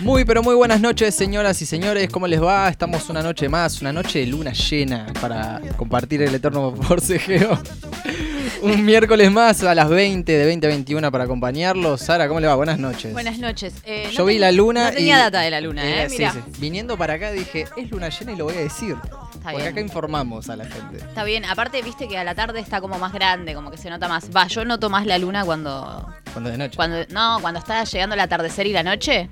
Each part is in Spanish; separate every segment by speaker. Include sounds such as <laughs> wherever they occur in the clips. Speaker 1: Muy, pero muy buenas noches, señoras y señores. ¿Cómo les va? Estamos una noche más, una noche de luna llena para compartir el eterno <laughs> forcejeo. Un miércoles más a las 20 de 20 a 21 para acompañarlos. Sara, ¿cómo le va? Buenas noches.
Speaker 2: Buenas noches. Eh, no
Speaker 1: Yo vi
Speaker 2: ten-
Speaker 1: la luna.
Speaker 2: No tenía
Speaker 1: y-
Speaker 2: data de la luna, ¿eh?
Speaker 1: Eh, sí,
Speaker 2: Mirá.
Speaker 1: sí. Viniendo para acá dije, es luna llena y lo voy a decir. porque
Speaker 2: bien.
Speaker 1: acá informamos a la gente.
Speaker 2: Está bien. Aparte, viste que a la tarde está como más grande, como que se nota más. Va, yo noto más la luna cuando.
Speaker 1: Cuando de noche. Cuando,
Speaker 2: cuando no, cuando está llegando el atardecer y la noche.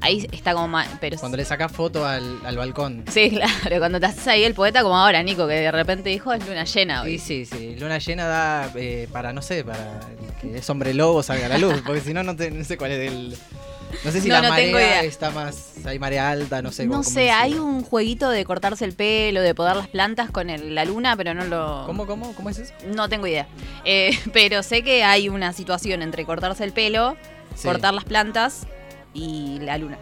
Speaker 2: Ahí está como más. Pero
Speaker 1: le sacás foto al, al balcón.
Speaker 2: Sí, <laughs> claro. Cuando te haces ahí el poeta, como ahora, Nico, que de repente dijo es luna llena hoy.
Speaker 1: Sí, sí, sí. Luna llena da eh, para, no sé, para que ese hombre lobo salga a la luz. Porque si no, no, te- no sé cuál es el. No sé si
Speaker 2: No,
Speaker 1: la
Speaker 2: no
Speaker 1: marea
Speaker 2: tengo idea.
Speaker 1: está más. Hay marea alta, no sé.
Speaker 2: No
Speaker 1: cómo- cómo
Speaker 2: sé,
Speaker 1: decirlo.
Speaker 2: hay un jueguito de cortarse el pelo, de podar las plantas con el- la luna, pero no lo.
Speaker 1: ¿Cómo, cómo, cómo es eso?
Speaker 2: No tengo idea. Eh, <laughs> pero sé que hay una situación entre cortarse el pelo,
Speaker 1: Sí.
Speaker 2: cortar las plantas y la luna.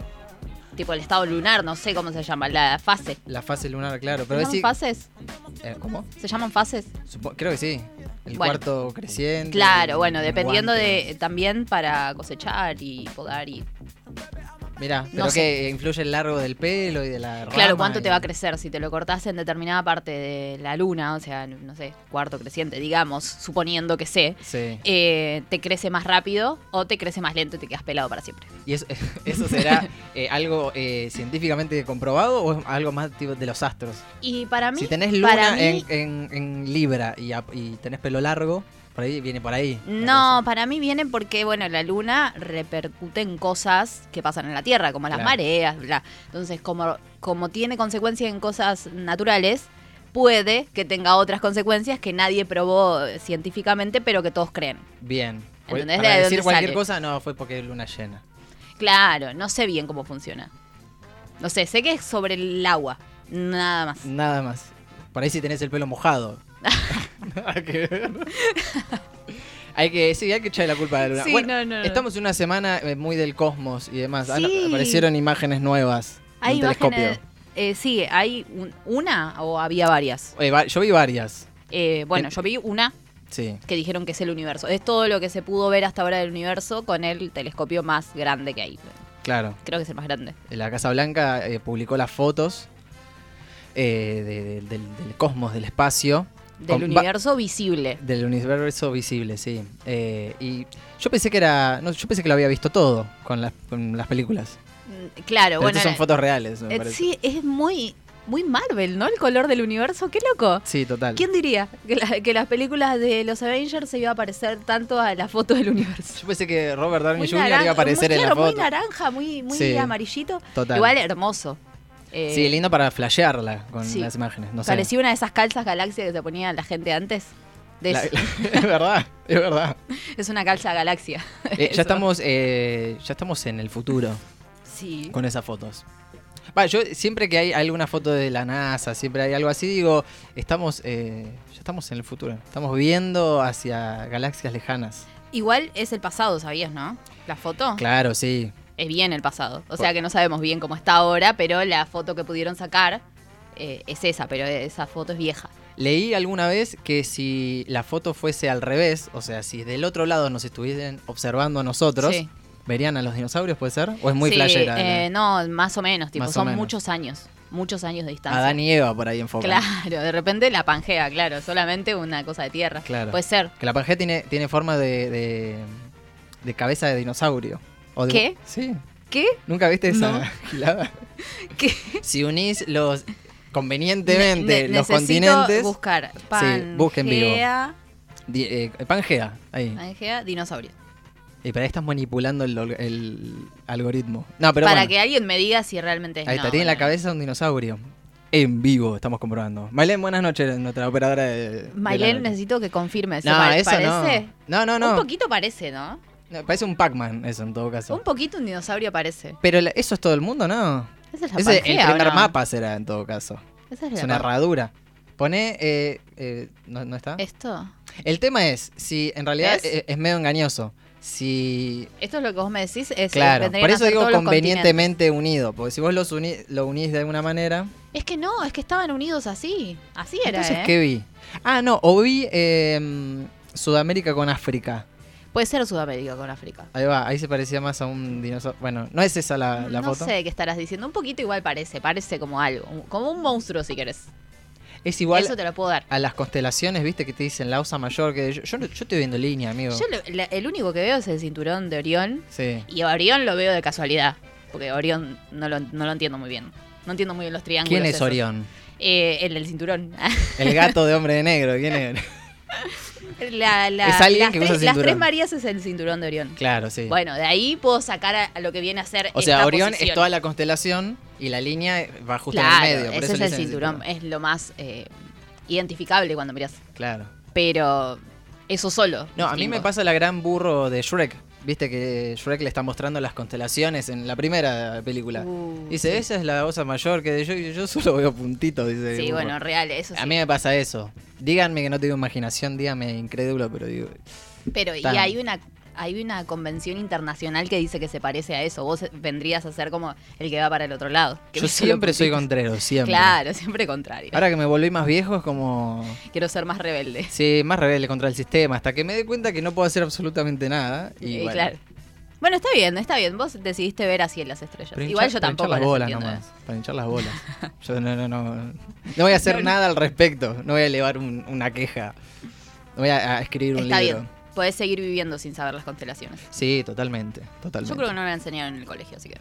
Speaker 2: Tipo el estado lunar, no sé cómo se llama, la fase.
Speaker 1: La fase lunar, claro.
Speaker 2: ¿Se
Speaker 1: Pero
Speaker 2: llaman
Speaker 1: sí. eh,
Speaker 2: fases?
Speaker 1: ¿Cómo?
Speaker 2: ¿Se llaman fases?
Speaker 1: Supo- creo que sí. El
Speaker 2: Bueno.
Speaker 1: cuarto creciente.
Speaker 2: Claro, bueno, dependiendo de también para cosechar y podar y
Speaker 1: Mirá, pero
Speaker 2: no sé.
Speaker 1: que influye el largo del pelo y de la.
Speaker 2: Claro,
Speaker 1: rama
Speaker 2: ¿cuánto
Speaker 1: y-
Speaker 2: te va a crecer si te lo cortás en determinada parte de la luna? O sea, no sé, cuarto creciente, digamos, suponiendo que sé.
Speaker 1: Sí.
Speaker 2: eh, te crece más rápido o te crece más lento y te quedas pelado para siempre.
Speaker 1: ¿Y eso, <laughs> eso será eh, algo eh, científicamente comprobado o es algo más tipo de los astros?
Speaker 2: Y para mí,
Speaker 1: Si tenés
Speaker 2: para
Speaker 1: luna
Speaker 2: mí-
Speaker 1: en, en- en Libra y, ap- y tenés pelo largo, por ahí viene por ahí. la
Speaker 2: No, para mí viene porque, bueno, la luna repercute en cosas que pasan en la Tierra, como las
Speaker 1: Claro.
Speaker 2: mareas, bla. Entonces, como, como tiene consecuencias en cosas naturales, puede que tenga otras consecuencias que nadie probó eh, científicamente, pero que todos creen.
Speaker 1: cosa. Bien. Pues,
Speaker 2: ¿Entendés
Speaker 1: Para
Speaker 2: de dónde
Speaker 1: decir cualquier
Speaker 2: sale?
Speaker 1: cosa, no, fue porque es luna llena.
Speaker 2: Claro, no sé bien cómo funciona. No sé, sé que es sobre el agua, nada más.
Speaker 1: Nada más. Por ahí si tenés el pelo
Speaker 2: <laughs>
Speaker 1: mojado. Nada que ver. Hay que, sí, hay que echarle la culpa a la luna.
Speaker 2: Sí,
Speaker 1: Bueno,
Speaker 2: no, no, no.
Speaker 1: estamos en una semana eh, muy del cosmos y demás. Ah, no,
Speaker 2: Sí.
Speaker 1: Aparecieron imágenes nuevas
Speaker 2: Hay
Speaker 1: del telescopio.
Speaker 2: imágenes- eh, sí, hay un- una o había varias.
Speaker 1: Eh, va- yo vi varias.
Speaker 2: Eh, bueno,
Speaker 1: En-
Speaker 2: yo vi una
Speaker 1: Sí.
Speaker 2: que dijeron que es el universo. Es todo lo que se pudo ver hasta ahora del universo con el telescopio más grande que hay.
Speaker 1: Claro.
Speaker 2: Creo que es el más grande.
Speaker 1: La Casa Blanca eh, publicó las fotos eh, de- de- del, del cosmos, del espacio.
Speaker 2: Del
Speaker 1: Con- va-
Speaker 2: universo visible.
Speaker 1: Del universo visible, sí. Eh, y yo pensé que era. No, yo pensé que lo había visto todo con las, con las películas.
Speaker 2: Mm, Claro,
Speaker 1: Pero
Speaker 2: bueno.
Speaker 1: estas son
Speaker 2: eh,
Speaker 1: fotos reales, me
Speaker 2: eh,
Speaker 1: parece.
Speaker 2: sí, es muy, muy Marvel, ¿no? El color del universo. Qué loco.
Speaker 1: Sí, total.
Speaker 2: ¿Quién diría que, la- que las películas de los Avengers se iba a parecer tanto a las fotos del universo?
Speaker 1: Yo pensé que Robert Downey
Speaker 2: Muy
Speaker 1: Jr.
Speaker 2: naran-
Speaker 1: iba a aparecer
Speaker 2: muy,
Speaker 1: en
Speaker 2: claro,
Speaker 1: la
Speaker 2: Muy
Speaker 1: foto.
Speaker 2: naranja, muy, muy
Speaker 1: Sí.
Speaker 2: amarillito.
Speaker 1: Total.
Speaker 2: Igual hermoso. Eh,
Speaker 1: Sí, lindo para flashearla con
Speaker 2: sí.
Speaker 1: las imágenes. No sé.
Speaker 2: Parecía una de esas calzas galaxias que se ponía la gente antes. De
Speaker 1: La-
Speaker 2: es-
Speaker 1: <laughs> es verdad, es
Speaker 2: <laughs>
Speaker 1: verdad.
Speaker 2: Es una calza galaxia. <laughs>
Speaker 1: Eh,
Speaker 2: Eso.
Speaker 1: ya estamos, eh, ya estamos en el futuro.
Speaker 2: Sí.
Speaker 1: con esas fotos. Va, yo siempre que hay alguna foto de la NASA, siempre hay algo así, digo, estamos, eh, ya estamos en el futuro, estamos viendo hacia galaxias lejanas.
Speaker 2: Igual es el pasado, ¿sabías, no? La foto
Speaker 1: Claro, sí.
Speaker 2: es bien el pasado. O sea que no sabemos bien cómo está ahora, pero la foto que pudieron sacar eh, es esa, pero esa foto es vieja.
Speaker 1: Leí alguna vez que si la foto fuese al revés, o sea, si del otro lado nos estuviesen observando a nosotros,
Speaker 2: Sí.
Speaker 1: verían a los dinosaurios, ¿puede ser? ¿O es muy
Speaker 2: Sí,
Speaker 1: flashera?
Speaker 2: eh, no, más o menos, tipo,
Speaker 1: Más o
Speaker 2: son
Speaker 1: menos.
Speaker 2: muchos años, muchos años de distancia.
Speaker 1: Adán y Eva por ahí en foco.
Speaker 2: Claro, de repente la Pangea, claro, solamente una cosa de tierra.
Speaker 1: Claro.
Speaker 2: Puede ser.
Speaker 1: Que la Pangea tiene, tiene forma de, de, de cabeza de dinosaurio. O de-
Speaker 2: ¿Qué?
Speaker 1: Sí.
Speaker 2: ¿Qué?
Speaker 1: ¿Nunca viste esa
Speaker 2: No.
Speaker 1: <laughs> gilada?
Speaker 2: <laughs> ¿Qué?
Speaker 1: Si unís los
Speaker 2: Ne-
Speaker 1: convenientemente los
Speaker 2: necesito
Speaker 1: continentes,
Speaker 2: buscar Pangea,
Speaker 1: busquen vivo. di- eh, Pangea, ahí.
Speaker 2: Pangea, dinosaurio.
Speaker 1: Y para ahí estás manipulando el, ol- el algoritmo. No, pero
Speaker 2: Para
Speaker 1: bueno,
Speaker 2: que alguien me diga si realmente es
Speaker 1: ahí está,
Speaker 2: no,
Speaker 1: tiene en la
Speaker 2: bueno.
Speaker 1: cabeza un dinosaurio. En vivo, estamos comprobando. Mailén, buenas noches, nuestra operadora de. de la
Speaker 2: Mailén,
Speaker 1: noche.
Speaker 2: necesito que confirme. ¿Se
Speaker 1: No,
Speaker 2: pare-
Speaker 1: eso
Speaker 2: parece?
Speaker 1: no. No, no,
Speaker 2: Un
Speaker 1: no.
Speaker 2: poquito parece, ¿no?
Speaker 1: No, Parece un Pac-Man, eso en todo caso.
Speaker 2: Un poquito un dinosaurio parece.
Speaker 1: Pero la- eso es todo el mundo, ¿no?
Speaker 2: Esa es la
Speaker 1: Ese, el
Speaker 2: Pangea, ¿o
Speaker 1: primer
Speaker 2: no?
Speaker 1: mapa será en todo caso.
Speaker 2: Esa es la
Speaker 1: Es una
Speaker 2: Pan-
Speaker 1: herradura. Pone. eh, eh, ¿no, ¿No está?
Speaker 2: Esto.
Speaker 1: El tema es, si en realidad
Speaker 2: ¿Ves?
Speaker 1: eh, es, medio engañoso. Si.
Speaker 2: Esto es lo que vos me decís. Es, eh,
Speaker 1: Claro,
Speaker 2: vendrían
Speaker 1: por
Speaker 2: a
Speaker 1: eso
Speaker 2: ser
Speaker 1: digo
Speaker 2: todos los
Speaker 1: convenientemente unido, porque si vos los uni- lo unís de alguna manera.
Speaker 2: continentes. Es que no, es que estaban unidos así. Así era,
Speaker 1: Entonces,
Speaker 2: ¿eh?
Speaker 1: ¿qué vi? Ah, no, o vi eh, Sudamérica con em, África.
Speaker 2: Puede ser Sudamérica con África.
Speaker 1: Ahí va, ahí se parecía más a un dinosaurio. Bueno, no es esa la, la
Speaker 2: no
Speaker 1: foto.
Speaker 2: sé qué estarás diciendo. Un poquito igual parece, parece como algo. un- Como un monstruo, si querés.
Speaker 1: Es igual
Speaker 2: Eso te lo puedo dar.
Speaker 1: a las constelaciones, viste, que te dicen la osa mayor. que Yo, yo, no- yo estoy viendo línea, amigo.
Speaker 2: Yo lo- la- el único que veo es el cinturón de Orión.
Speaker 1: Sí.
Speaker 2: Y a Orión lo veo de casualidad. Porque Orión no lo, no lo entiendo muy bien. No entiendo muy bien los triángulos.
Speaker 1: ¿Quién es
Speaker 2: esos.
Speaker 1: Orión?
Speaker 2: Eh, el del cinturón. <laughs>
Speaker 1: El gato de hombre de negro, ¿quién es?
Speaker 2: La- la-
Speaker 1: Es alguien
Speaker 2: las,
Speaker 1: que
Speaker 2: tres,
Speaker 1: usa
Speaker 2: las
Speaker 1: cinturón.
Speaker 2: tres Marías es el cinturón de Orión.
Speaker 1: Claro, sí.
Speaker 2: Bueno, de ahí puedo sacar a, a lo que viene a ser.
Speaker 1: o sea,
Speaker 2: esta
Speaker 1: Orión es
Speaker 2: posición.
Speaker 1: toda la constelación y la línea va justo
Speaker 2: Claro,
Speaker 1: en el medio. por
Speaker 2: ese
Speaker 1: eso
Speaker 2: es
Speaker 1: le
Speaker 2: el
Speaker 1: dicen
Speaker 2: cinturón. Es lo más eh, identificable cuando mirás.
Speaker 1: Claro.
Speaker 2: Pero eso solo.
Speaker 1: No, a mí
Speaker 2: distingo.
Speaker 1: me pasa la gran burro de Shrek. Viste que Shrek le está mostrando las constelaciones en la primera película.
Speaker 2: Uh,
Speaker 1: dice,
Speaker 2: sí.
Speaker 1: esa es la osa mayor que yo, yo solo veo puntitos, dice.
Speaker 2: Sí,
Speaker 1: Burro.
Speaker 2: bueno, real, eso sí.
Speaker 1: A mí me pasa eso. Díganme que no tengo imaginación, díganme incrédulo, pero digo.
Speaker 2: Pero, y
Speaker 1: Tan.
Speaker 2: hay una. Hay una convención internacional que dice que se parece a eso. Vos vendrías a ser como el que va para el otro lado. Que
Speaker 1: Yo
Speaker 2: ves solo
Speaker 1: siempre soy
Speaker 2: puntitos.
Speaker 1: contrero, siempre.
Speaker 2: Claro, siempre contrario.
Speaker 1: Ahora que me volví más viejo es como.
Speaker 2: Quiero ser más rebelde.
Speaker 1: Sí, más rebelde contra el sistema, hasta que me dé cuenta que no puedo hacer absolutamente nada. Y,
Speaker 2: Y
Speaker 1: bueno.
Speaker 2: Eh, claro. Bueno, está bien, está bien. Vos decidiste ver así en las estrellas.
Speaker 1: Para
Speaker 2: Igual
Speaker 1: hinchar-
Speaker 2: yo tampoco
Speaker 1: Para
Speaker 2: las
Speaker 1: hinchar las bolas
Speaker 2: entiendo, ¿eh?
Speaker 1: nomás. Para hinchar las
Speaker 2: <laughs>
Speaker 1: bolas. Yo no, no, no. No voy a hacer
Speaker 2: No, no.
Speaker 1: nada al respecto. No voy a elevar un- una queja. No voy a, a escribir un
Speaker 2: Está
Speaker 1: libro.
Speaker 2: bien. Podés seguir viviendo sin saber las constelaciones.
Speaker 1: Sí, totalmente. totalmente.
Speaker 2: Yo creo que no me la enseñaron en el colegio, así que.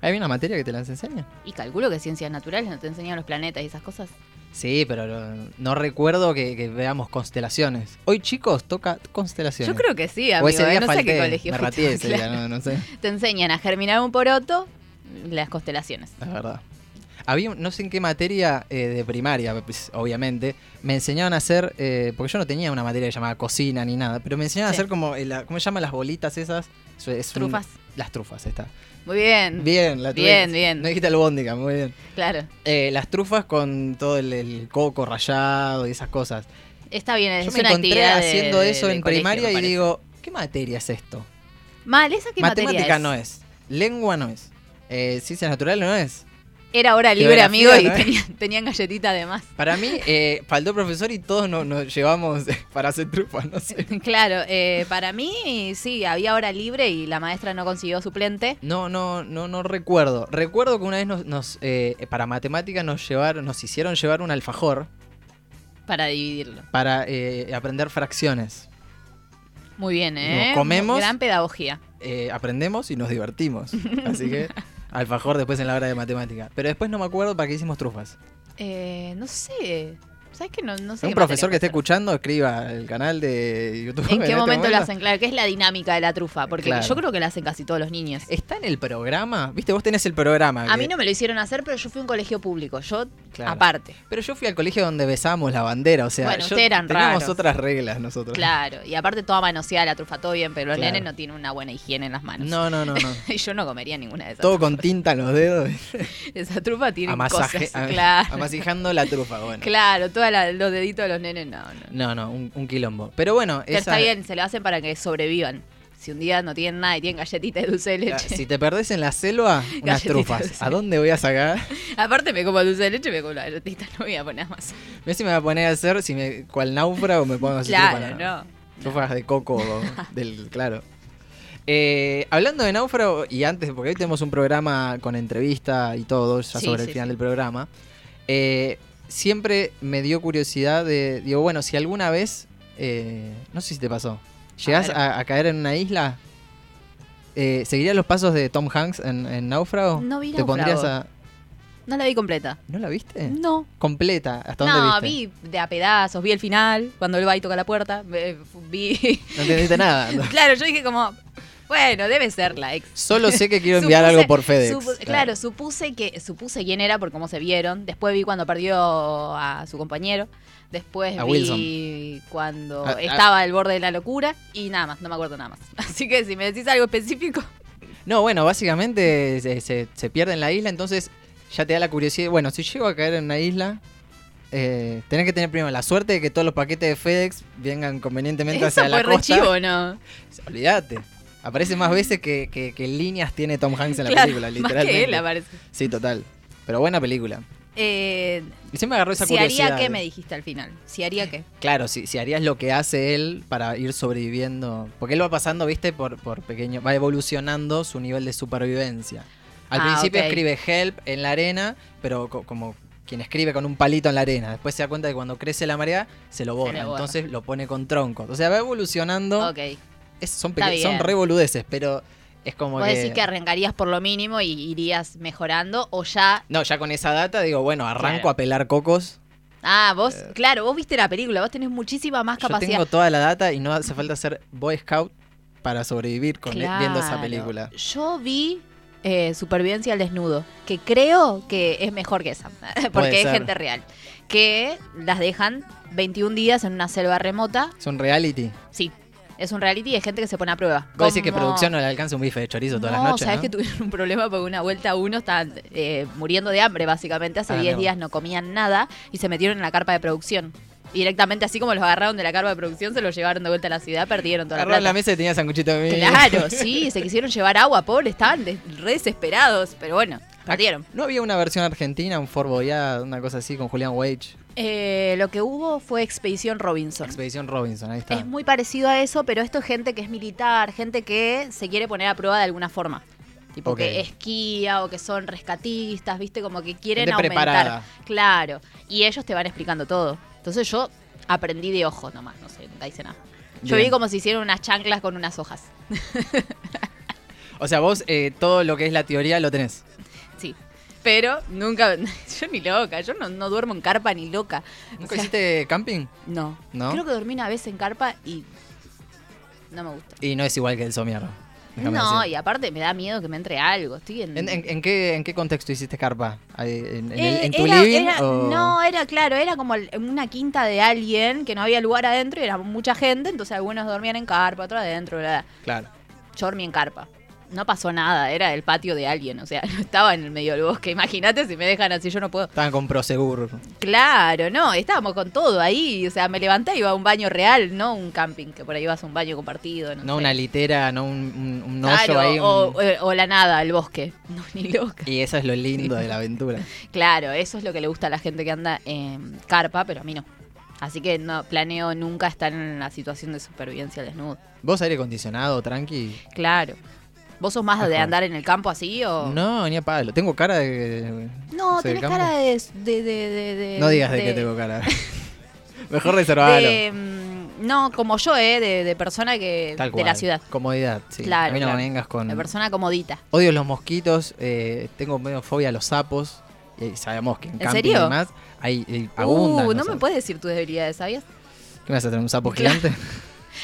Speaker 1: ¿Hay una materia que te las enseña?
Speaker 2: Y calculo que ciencias naturales no te enseñan los planetas y esas cosas.
Speaker 1: Sí, pero no, no recuerdo que, que veamos constelaciones. Hoy, chicos, toca constelaciones.
Speaker 2: Yo creo que sí,
Speaker 1: o
Speaker 2: amigo.
Speaker 1: ese
Speaker 2: ¿eh?
Speaker 1: día
Speaker 2: No
Speaker 1: falté,
Speaker 2: sé qué colegio.
Speaker 1: me
Speaker 2: fuiste,
Speaker 1: rateé ese día,
Speaker 2: <laughs> claro.
Speaker 1: no, no sé.
Speaker 2: Te enseñan a germinar un poroto, las constelaciones.
Speaker 1: La verdad. Había, un- no sé en qué materia eh, de primaria, pues, obviamente, me enseñaban a hacer, eh, porque yo no tenía una materia llamada cocina ni nada, pero me enseñaban
Speaker 2: Sí.
Speaker 1: a hacer como, eh, la- ¿cómo se llaman las bolitas esas? Es- es un-
Speaker 2: Trufas.
Speaker 1: las trufas, está.
Speaker 2: Muy bien.
Speaker 1: Bien, la tuve-
Speaker 2: Bien, bien.
Speaker 1: No dijiste albóndiga, muy bien.
Speaker 2: Claro.
Speaker 1: Eh, las trufas con todo el, el coco rallado y esas cosas.
Speaker 2: Está bien, es
Speaker 1: yo me
Speaker 2: una
Speaker 1: encontré
Speaker 2: actividad de-
Speaker 1: haciendo
Speaker 2: de-
Speaker 1: eso
Speaker 2: de
Speaker 1: en
Speaker 2: colegio,
Speaker 1: primaria
Speaker 2: me
Speaker 1: y
Speaker 2: parece.
Speaker 1: digo, ¿qué materia es esto?
Speaker 2: Mal, ¿esa qué materia
Speaker 1: Matemática no es, lengua no es, eh, ciencia natural no es.
Speaker 2: Era hora libre,
Speaker 1: Geografía,
Speaker 2: amigo, y
Speaker 1: ¿no?
Speaker 2: tenían, tenían galletita además.
Speaker 1: Para mí, eh, faltó profesor y todos no- nos llevamos <laughs> para hacer trufa, no sé.
Speaker 2: <laughs> Claro, eh, para mí sí, había hora libre y la maestra no consiguió suplente.
Speaker 1: No, no, no, no recuerdo. Recuerdo que una vez nos, nos, eh, para matemáticas nos llevaron, nos hicieron llevar un alfajor
Speaker 2: Para dividirlo.
Speaker 1: para eh, aprender fracciones.
Speaker 2: Muy bien, ¿eh?
Speaker 1: Nos comemos.
Speaker 2: Gran pedagogía.
Speaker 1: Eh, aprendemos y nos divertimos. Así <laughs> que alfajor después en la hora de matemática. Pero después no me acuerdo para qué hicimos trufas.
Speaker 2: Eh, no sé. ¿Sabes que no, no sé?
Speaker 1: un
Speaker 2: qué
Speaker 1: profesor que esté
Speaker 2: materia puede
Speaker 1: escuchando escriba el canal de YouTube.
Speaker 2: ser. ¿En qué
Speaker 1: este
Speaker 2: momento lo hacen? Claro, que es la dinámica de la trufa. Porque
Speaker 1: Claro.
Speaker 2: yo creo que la hacen casi todos los niños.
Speaker 1: Está en el programa. Viste, vos tenés el programa.
Speaker 2: A
Speaker 1: que-
Speaker 2: mí no me lo hicieron hacer, pero yo fui a un colegio público. Yo,
Speaker 1: Ah, Claro.
Speaker 2: aparte.
Speaker 1: Pero yo fui al colegio donde besamos la bandera, o sea,
Speaker 2: Bueno,
Speaker 1: yo-
Speaker 2: ustedes eran
Speaker 1: teníamos
Speaker 2: raros.
Speaker 1: otras reglas nosotros.
Speaker 2: Claro. Y aparte, toda manoseada la trufa, todo bien, pero los
Speaker 1: Claro.
Speaker 2: nenes no tienen una buena higiene en las manos.
Speaker 1: No, no, no, no.
Speaker 2: <laughs> Y yo no comería ninguna de esas.
Speaker 1: Todo con tinta en los dedos,
Speaker 2: Esa trufa tiene
Speaker 1: amasaje-
Speaker 2: cosas.
Speaker 1: a-
Speaker 2: claro.
Speaker 1: ah. amasijando la trufa, bueno.
Speaker 2: Claro, todos los deditos de los nenes, no, no.
Speaker 1: No, no, un, un quilombo. Pero bueno,
Speaker 2: Pero
Speaker 1: esa-
Speaker 2: está bien, se lo hacen para que sobrevivan. Si un día no tienen nada y tienen galletitas de dulce de
Speaker 1: la-
Speaker 2: leche.
Speaker 1: si te perdés en la selva, unas
Speaker 2: Galletitas,
Speaker 1: trufas.
Speaker 2: sí.
Speaker 1: ¿A dónde voy a sacar? <laughs>
Speaker 2: <laughs> Aparte me como dulce de leche, me como la galletita, no voy a poner más.
Speaker 1: No sé si me voy a poner a hacer si me cual náufrago me pongo a hacer
Speaker 2: Claro,
Speaker 1: trufa,
Speaker 2: no.
Speaker 1: Trufas de coco
Speaker 2: <laughs>
Speaker 1: o del claro. Eh, hablando de náufrago, y antes, porque hoy tenemos un programa con entrevista y todo, ya
Speaker 2: Sí,
Speaker 1: sobre
Speaker 2: sí,
Speaker 1: el final
Speaker 2: sí.
Speaker 1: del programa, eh, siempre me dio curiosidad de, digo, bueno, si alguna vez, eh, no sé si te pasó, llegás
Speaker 2: ver.
Speaker 1: a, a caer en una isla, eh, ¿seguirías los pasos de Tom Hanks en, en náufrago?
Speaker 2: No vi
Speaker 1: ¿Te pondrías a...
Speaker 2: Náufrago. No la vi completa.
Speaker 1: ¿No la viste?
Speaker 2: No.
Speaker 1: Completa, ¿hasta
Speaker 2: No,
Speaker 1: Eh, dónde viste?
Speaker 2: vi de a pedazos, vi el final, cuando él va y toca la puerta, eh, vi...
Speaker 1: No entendiste nada.
Speaker 2: <laughs>
Speaker 1: ¿no?
Speaker 2: claro, yo dije como, bueno, debe ser la ex.
Speaker 1: Solo sé que quiero enviar
Speaker 2: Supuse-
Speaker 1: algo por FedEx.
Speaker 2: supu- claro. supuse que supuse quién era por cómo se vieron. Después vi cuando perdió a su compañero. Después
Speaker 1: A
Speaker 2: vi cuando
Speaker 1: A- a-
Speaker 2: estaba al borde de la locura y nada más, no me acuerdo nada más. <laughs> Así que si me decís
Speaker 1: <laughs>
Speaker 2: algo específico,
Speaker 1: No, bueno, básicamente se, se- se pierde en la isla, entonces ya te da la curiosidad. Bueno, si llego a caer en una isla, eh, tenés que tener primero la suerte de que todos los paquetes de FedEx vengan convenientemente
Speaker 2: eso
Speaker 1: hacia
Speaker 2: fue
Speaker 1: la
Speaker 2: re
Speaker 1: costa.
Speaker 2: chivo, ¿no?
Speaker 1: <laughs> Olvídate. Aparece más veces que, que- que líneas tiene Tom Hanks en la
Speaker 2: Claro,
Speaker 1: película,
Speaker 2: <laughs> más que
Speaker 1: literalmente.
Speaker 2: él aparece.
Speaker 1: Sí, total. Pero buena película.
Speaker 2: eh,
Speaker 1: Y se me agarró esa
Speaker 2: si
Speaker 1: curiosidad.
Speaker 2: haría qué,
Speaker 1: de-
Speaker 2: me dijiste al final. Si haría qué.
Speaker 1: Claro, si, si harías lo que hace él para ir sobreviviendo. Porque él va pasando, viste, por, por pequeño. Va evolucionando su nivel de supervivencia. Al
Speaker 2: Ah,
Speaker 1: principio
Speaker 2: ok.
Speaker 1: escribe help en la arena, pero co- como quien escribe con un palito en la arena. Después se da cuenta que cuando crece la marea se lo borra.
Speaker 2: le borra.
Speaker 1: Entonces lo pone con troncos. O sea, va evolucionando.
Speaker 2: Ok.
Speaker 1: Es- son
Speaker 2: Está
Speaker 1: peque- son
Speaker 2: bien.
Speaker 1: revoludeces, pero es como
Speaker 2: Vos
Speaker 1: que.
Speaker 2: decís que arrancarías por lo mínimo y irías mejorando o ya...
Speaker 1: No, ya con esa data digo, bueno, arranco
Speaker 2: Claro.
Speaker 1: a pelar cocos.
Speaker 2: Ah, vos, claro, vos viste la película, vos tenés muchísima más
Speaker 1: Eh. Yo
Speaker 2: capacidad.
Speaker 1: tengo toda la data y no hace falta ser Boy Scout para sobrevivir con,
Speaker 2: Claro.
Speaker 1: viendo esa película.
Speaker 2: Yo vi eh, Supervivencia al Desnudo, que creo que es mejor que esa, <laughs> porque es
Speaker 1: ser.
Speaker 2: gente real. Que las dejan 21 días en una selva remota.
Speaker 1: Es un reality.
Speaker 2: Sí, es un reality y es gente que se pone a prueba.
Speaker 1: Vos decís que
Speaker 2: Como-
Speaker 1: producción no le alcanza un bife de chorizo todas las
Speaker 2: No,
Speaker 1: noches.
Speaker 2: sabés
Speaker 1: ¿no?
Speaker 2: que tuvieron un problema porque una vuelta a uno estaban eh, muriendo de hambre, básicamente. Hace
Speaker 1: Ah,
Speaker 2: 10
Speaker 1: no.
Speaker 2: días no comían nada y se metieron en la carpa de producción. Y Directamente, así como los agarraron de la carpa de producción, se los llevaron de vuelta a la ciudad, perdieron toda la
Speaker 1: Agarró
Speaker 2: plata.
Speaker 1: la mesa y tenía sanguchito de mí. <laughs>
Speaker 2: Claro, sí, se quisieron llevar agua, pobre, estaban des- re desesperados, pero bueno, perdieron.
Speaker 1: ¿No había una versión argentina, un Fort Boyard, una cosa así con Julián Wage?
Speaker 2: Eh, lo que hubo fue Expedición Robinson.
Speaker 1: Expedición Robinson, ahí está.
Speaker 2: Es muy parecido a eso, pero esto es gente que es militar, gente que se quiere poner a prueba de alguna forma. Tipo
Speaker 1: Ok.
Speaker 2: que esquía o que son rescatistas, viste, como que quieren
Speaker 1: Gente
Speaker 2: aumentar.
Speaker 1: preparada.
Speaker 2: Claro. Y ellos te van explicando todo. Entonces yo aprendí de ojo nomás, no sé, nunca hice nada. Yo
Speaker 1: Bien.
Speaker 2: vi como si hicieron unas chanclas con unas hojas.
Speaker 1: O sea, vos eh, todo lo que es la teoría lo tenés.
Speaker 2: Sí. Pero nunca. <laughs> Yo ni loca. Yo no, no duermo en carpa ni loca. O
Speaker 1: ¿Nunca
Speaker 2: sea,
Speaker 1: hiciste camping?
Speaker 2: No.
Speaker 1: ¿No?
Speaker 2: Creo que dormí una vez en carpa y. No me gusta.
Speaker 1: Y no es igual que el somierro. déjame
Speaker 2: no,
Speaker 1: decir.
Speaker 2: y aparte me da miedo que me entre algo. Estoy en.
Speaker 1: ¿En, en- en qué, en qué contexto hiciste carpa? Ahí, ¿En, en el-
Speaker 2: Eh,
Speaker 1: en tu
Speaker 2: era-
Speaker 1: living?
Speaker 2: era-
Speaker 1: o-
Speaker 2: No, era claro, era como el- en una quinta de alguien que no había lugar adentro y era mucha gente, entonces algunos dormían en carpa, otros adentro, bla, bla.
Speaker 1: Claro.
Speaker 2: Yo dormí en carpa. No pasó nada, era el patio de alguien, o sea, <laughs> no estaba en el medio del bosque. Imagínate si me dejan así, yo no puedo.
Speaker 1: Estaban con Prosegur.
Speaker 2: Claro, no, estábamos con todo ahí. O sea, me levanté y iba a un baño real, no un camping, que por ahí vas a un baño compartido. No,
Speaker 1: No
Speaker 2: sé.
Speaker 1: una litera, no un, un- un hoyo
Speaker 2: Claro,
Speaker 1: ahí. un-
Speaker 2: o, o- o la nada, el bosque. <laughs> No, ni loca.
Speaker 1: Y eso es lo lindo de la aventura.
Speaker 2: Claro, eso es lo que le gusta a la gente que anda en carpa, pero a mí no. Así que no planeo nunca estar en la situación de supervivencia al desnudo.
Speaker 1: ¿Vos aire acondicionado, tranqui?
Speaker 2: Claro. ¿Vos sos más de
Speaker 1: Ajá.
Speaker 2: andar en el campo así o.?
Speaker 1: No, ni a palo. Tengo cara de.
Speaker 2: Oh. No,
Speaker 1: soy del
Speaker 2: tenés
Speaker 1: campo?
Speaker 2: cara de, de, de- de- de-
Speaker 1: No digas de, que tengo
Speaker 2: <laughs>
Speaker 1: cara. Mejor reservalo.
Speaker 2: de, mm, No, como yo, ¿eh? De, de persona que.
Speaker 1: Tal
Speaker 2: de
Speaker 1: cual.
Speaker 2: la ciudad.
Speaker 1: Comodidad, sí.
Speaker 2: Claro,
Speaker 1: a mí no
Speaker 2: claro.
Speaker 1: me vengas con.
Speaker 2: De persona comodita.
Speaker 1: Odio los mosquitos, eh, tengo medio fobia a los sapos. Y sabemos que en,
Speaker 2: ¿En
Speaker 1: camping
Speaker 2: serio?
Speaker 1: y demás hay, hay- abundan.
Speaker 2: Uh,
Speaker 1: los
Speaker 2: no me
Speaker 1: sapos.
Speaker 2: puedes decir tus debilidades, ¿sabías?
Speaker 1: ¿Qué me vas a traer un sapo
Speaker 2: Claro.
Speaker 1: gigante? <laughs>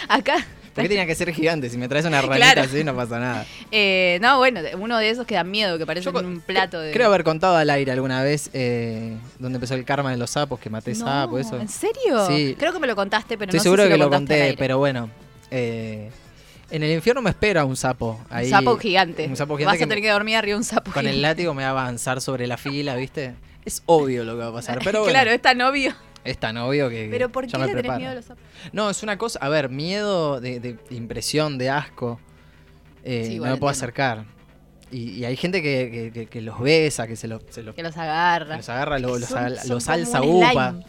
Speaker 2: Acá.
Speaker 1: ¿Por qué tenía que ser gigante? Si me traes una ranita
Speaker 2: Claro.
Speaker 1: así, no pasa nada.
Speaker 2: <laughs> Eh, no, bueno, de- uno de esos que da miedo, que parece
Speaker 1: Yo con-
Speaker 2: un plato de.
Speaker 1: Creo haber contado al aire alguna vez eh, donde empezó el karma de los sapos, que maté
Speaker 2: No,
Speaker 1: sapos, eso.
Speaker 2: ¿En serio?
Speaker 1: Sí.
Speaker 2: Creo que me lo contaste, pero
Speaker 1: Estoy
Speaker 2: no
Speaker 1: seguro
Speaker 2: sé si
Speaker 1: que lo,
Speaker 2: contaste al
Speaker 1: conté,
Speaker 2: aire.
Speaker 1: pero bueno. eh, en el infierno me espera un sapo. Ahí,
Speaker 2: un sapo gigante.
Speaker 1: Un sapo
Speaker 2: Vas
Speaker 1: gigante
Speaker 2: a tener
Speaker 1: que
Speaker 2: que dormir arriba de un sapo
Speaker 1: con el
Speaker 2: gigante.
Speaker 1: látigo me va a avanzar sobre la fila, ¿viste? Es obvio lo que va a pasar,
Speaker 2: <laughs>
Speaker 1: pero bueno.
Speaker 2: Claro, es tan obvio.
Speaker 1: Es tan obvio que.
Speaker 2: Pero ¿por
Speaker 1: ya
Speaker 2: qué
Speaker 1: me
Speaker 2: le tenés
Speaker 1: preparo.
Speaker 2: miedo a los sapos?
Speaker 1: No, es una cosa. A ver, miedo de, de impresión, de asco. Eh,
Speaker 2: Sí,
Speaker 1: no
Speaker 2: igual
Speaker 1: me puedo
Speaker 2: entiendo.
Speaker 1: acercar. Y, y hay gente que, que- que- que los besa, que se los, se los,
Speaker 2: Que los agarra.
Speaker 1: los agarra, lo-
Speaker 2: Que
Speaker 1: los,
Speaker 2: son-
Speaker 1: al-
Speaker 2: son
Speaker 1: los
Speaker 2: como
Speaker 1: alza
Speaker 2: un slime.
Speaker 1: upa. Nah.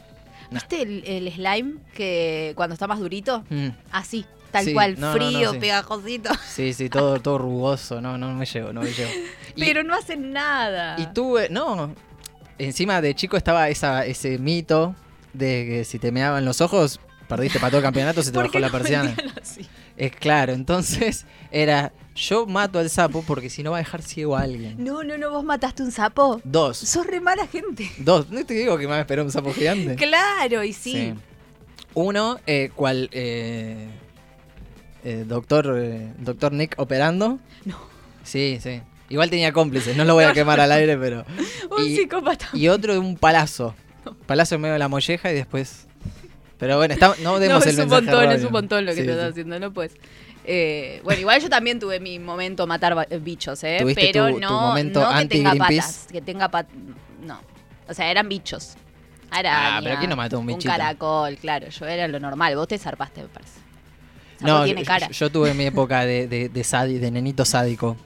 Speaker 2: ¿Viste el, el slime que cuando está más durito?
Speaker 1: Mm,
Speaker 2: Así, tal
Speaker 1: Sí,
Speaker 2: cual,
Speaker 1: no, no, no,
Speaker 2: frío,
Speaker 1: sí.
Speaker 2: pegajosito.
Speaker 1: sí, sí, todo, todo rugoso. No, no me llevo, no me
Speaker 2: <laughs>
Speaker 1: llevo. Y-
Speaker 2: Pero no hacen nada.
Speaker 1: Y tuve, no, encima de chico estaba esa, ese mito de que si te meaban los ojos, perdiste para todo el campeonato, se te
Speaker 2: <laughs> ¿Por
Speaker 1: bajó
Speaker 2: qué
Speaker 1: la
Speaker 2: no
Speaker 1: persiana.
Speaker 2: vendían así?
Speaker 1: Es claro, entonces era, yo mato al sapo porque si no va a dejar ciego a alguien.
Speaker 2: No, no, no, vos mataste un sapo.
Speaker 1: Dos,
Speaker 2: Sos re mala gente.
Speaker 1: dos, no te digo que me esperó un sapo gigante.
Speaker 2: <laughs> Claro, y sí.
Speaker 1: Uno, eh, cual eh, eh, doctor, eh, doctor Nick operando.
Speaker 2: No.
Speaker 1: Sí, sí. Igual tenía cómplices, no lo voy a quemar al aire, pero...
Speaker 2: <laughs> Un
Speaker 1: Y-
Speaker 2: psicópata.
Speaker 1: Y otro de un palazo. Palazo en medio de la molleja y después. Pero bueno, está- no demos
Speaker 2: no,
Speaker 1: el
Speaker 2: es un
Speaker 1: mensaje
Speaker 2: montón,
Speaker 1: erróneo.
Speaker 2: es un montón lo
Speaker 1: Sí,
Speaker 2: que te
Speaker 1: sí.
Speaker 2: estás haciendo, no puedes. Eh, bueno, igual yo también tuve mi momento matar ba- bichos, ¿eh?
Speaker 1: Tuviste
Speaker 2: Pero
Speaker 1: tu- tu
Speaker 2: no,
Speaker 1: momento
Speaker 2: no que
Speaker 1: anti
Speaker 2: tenga
Speaker 1: Greenpeace.
Speaker 2: patas, que tenga patas, no. O sea, eran bichos.
Speaker 1: Ah,
Speaker 2: Araña,
Speaker 1: pero ¿quién no mató a un
Speaker 2: un
Speaker 1: bichito?
Speaker 2: caracol, claro, yo era lo normal, vos te zarpaste, me parece. O sea,
Speaker 1: No,
Speaker 2: vos tiene
Speaker 1: yo-
Speaker 2: cara.
Speaker 1: Yo, yo tuve mi época de, de, de sadi- de nenito sádico.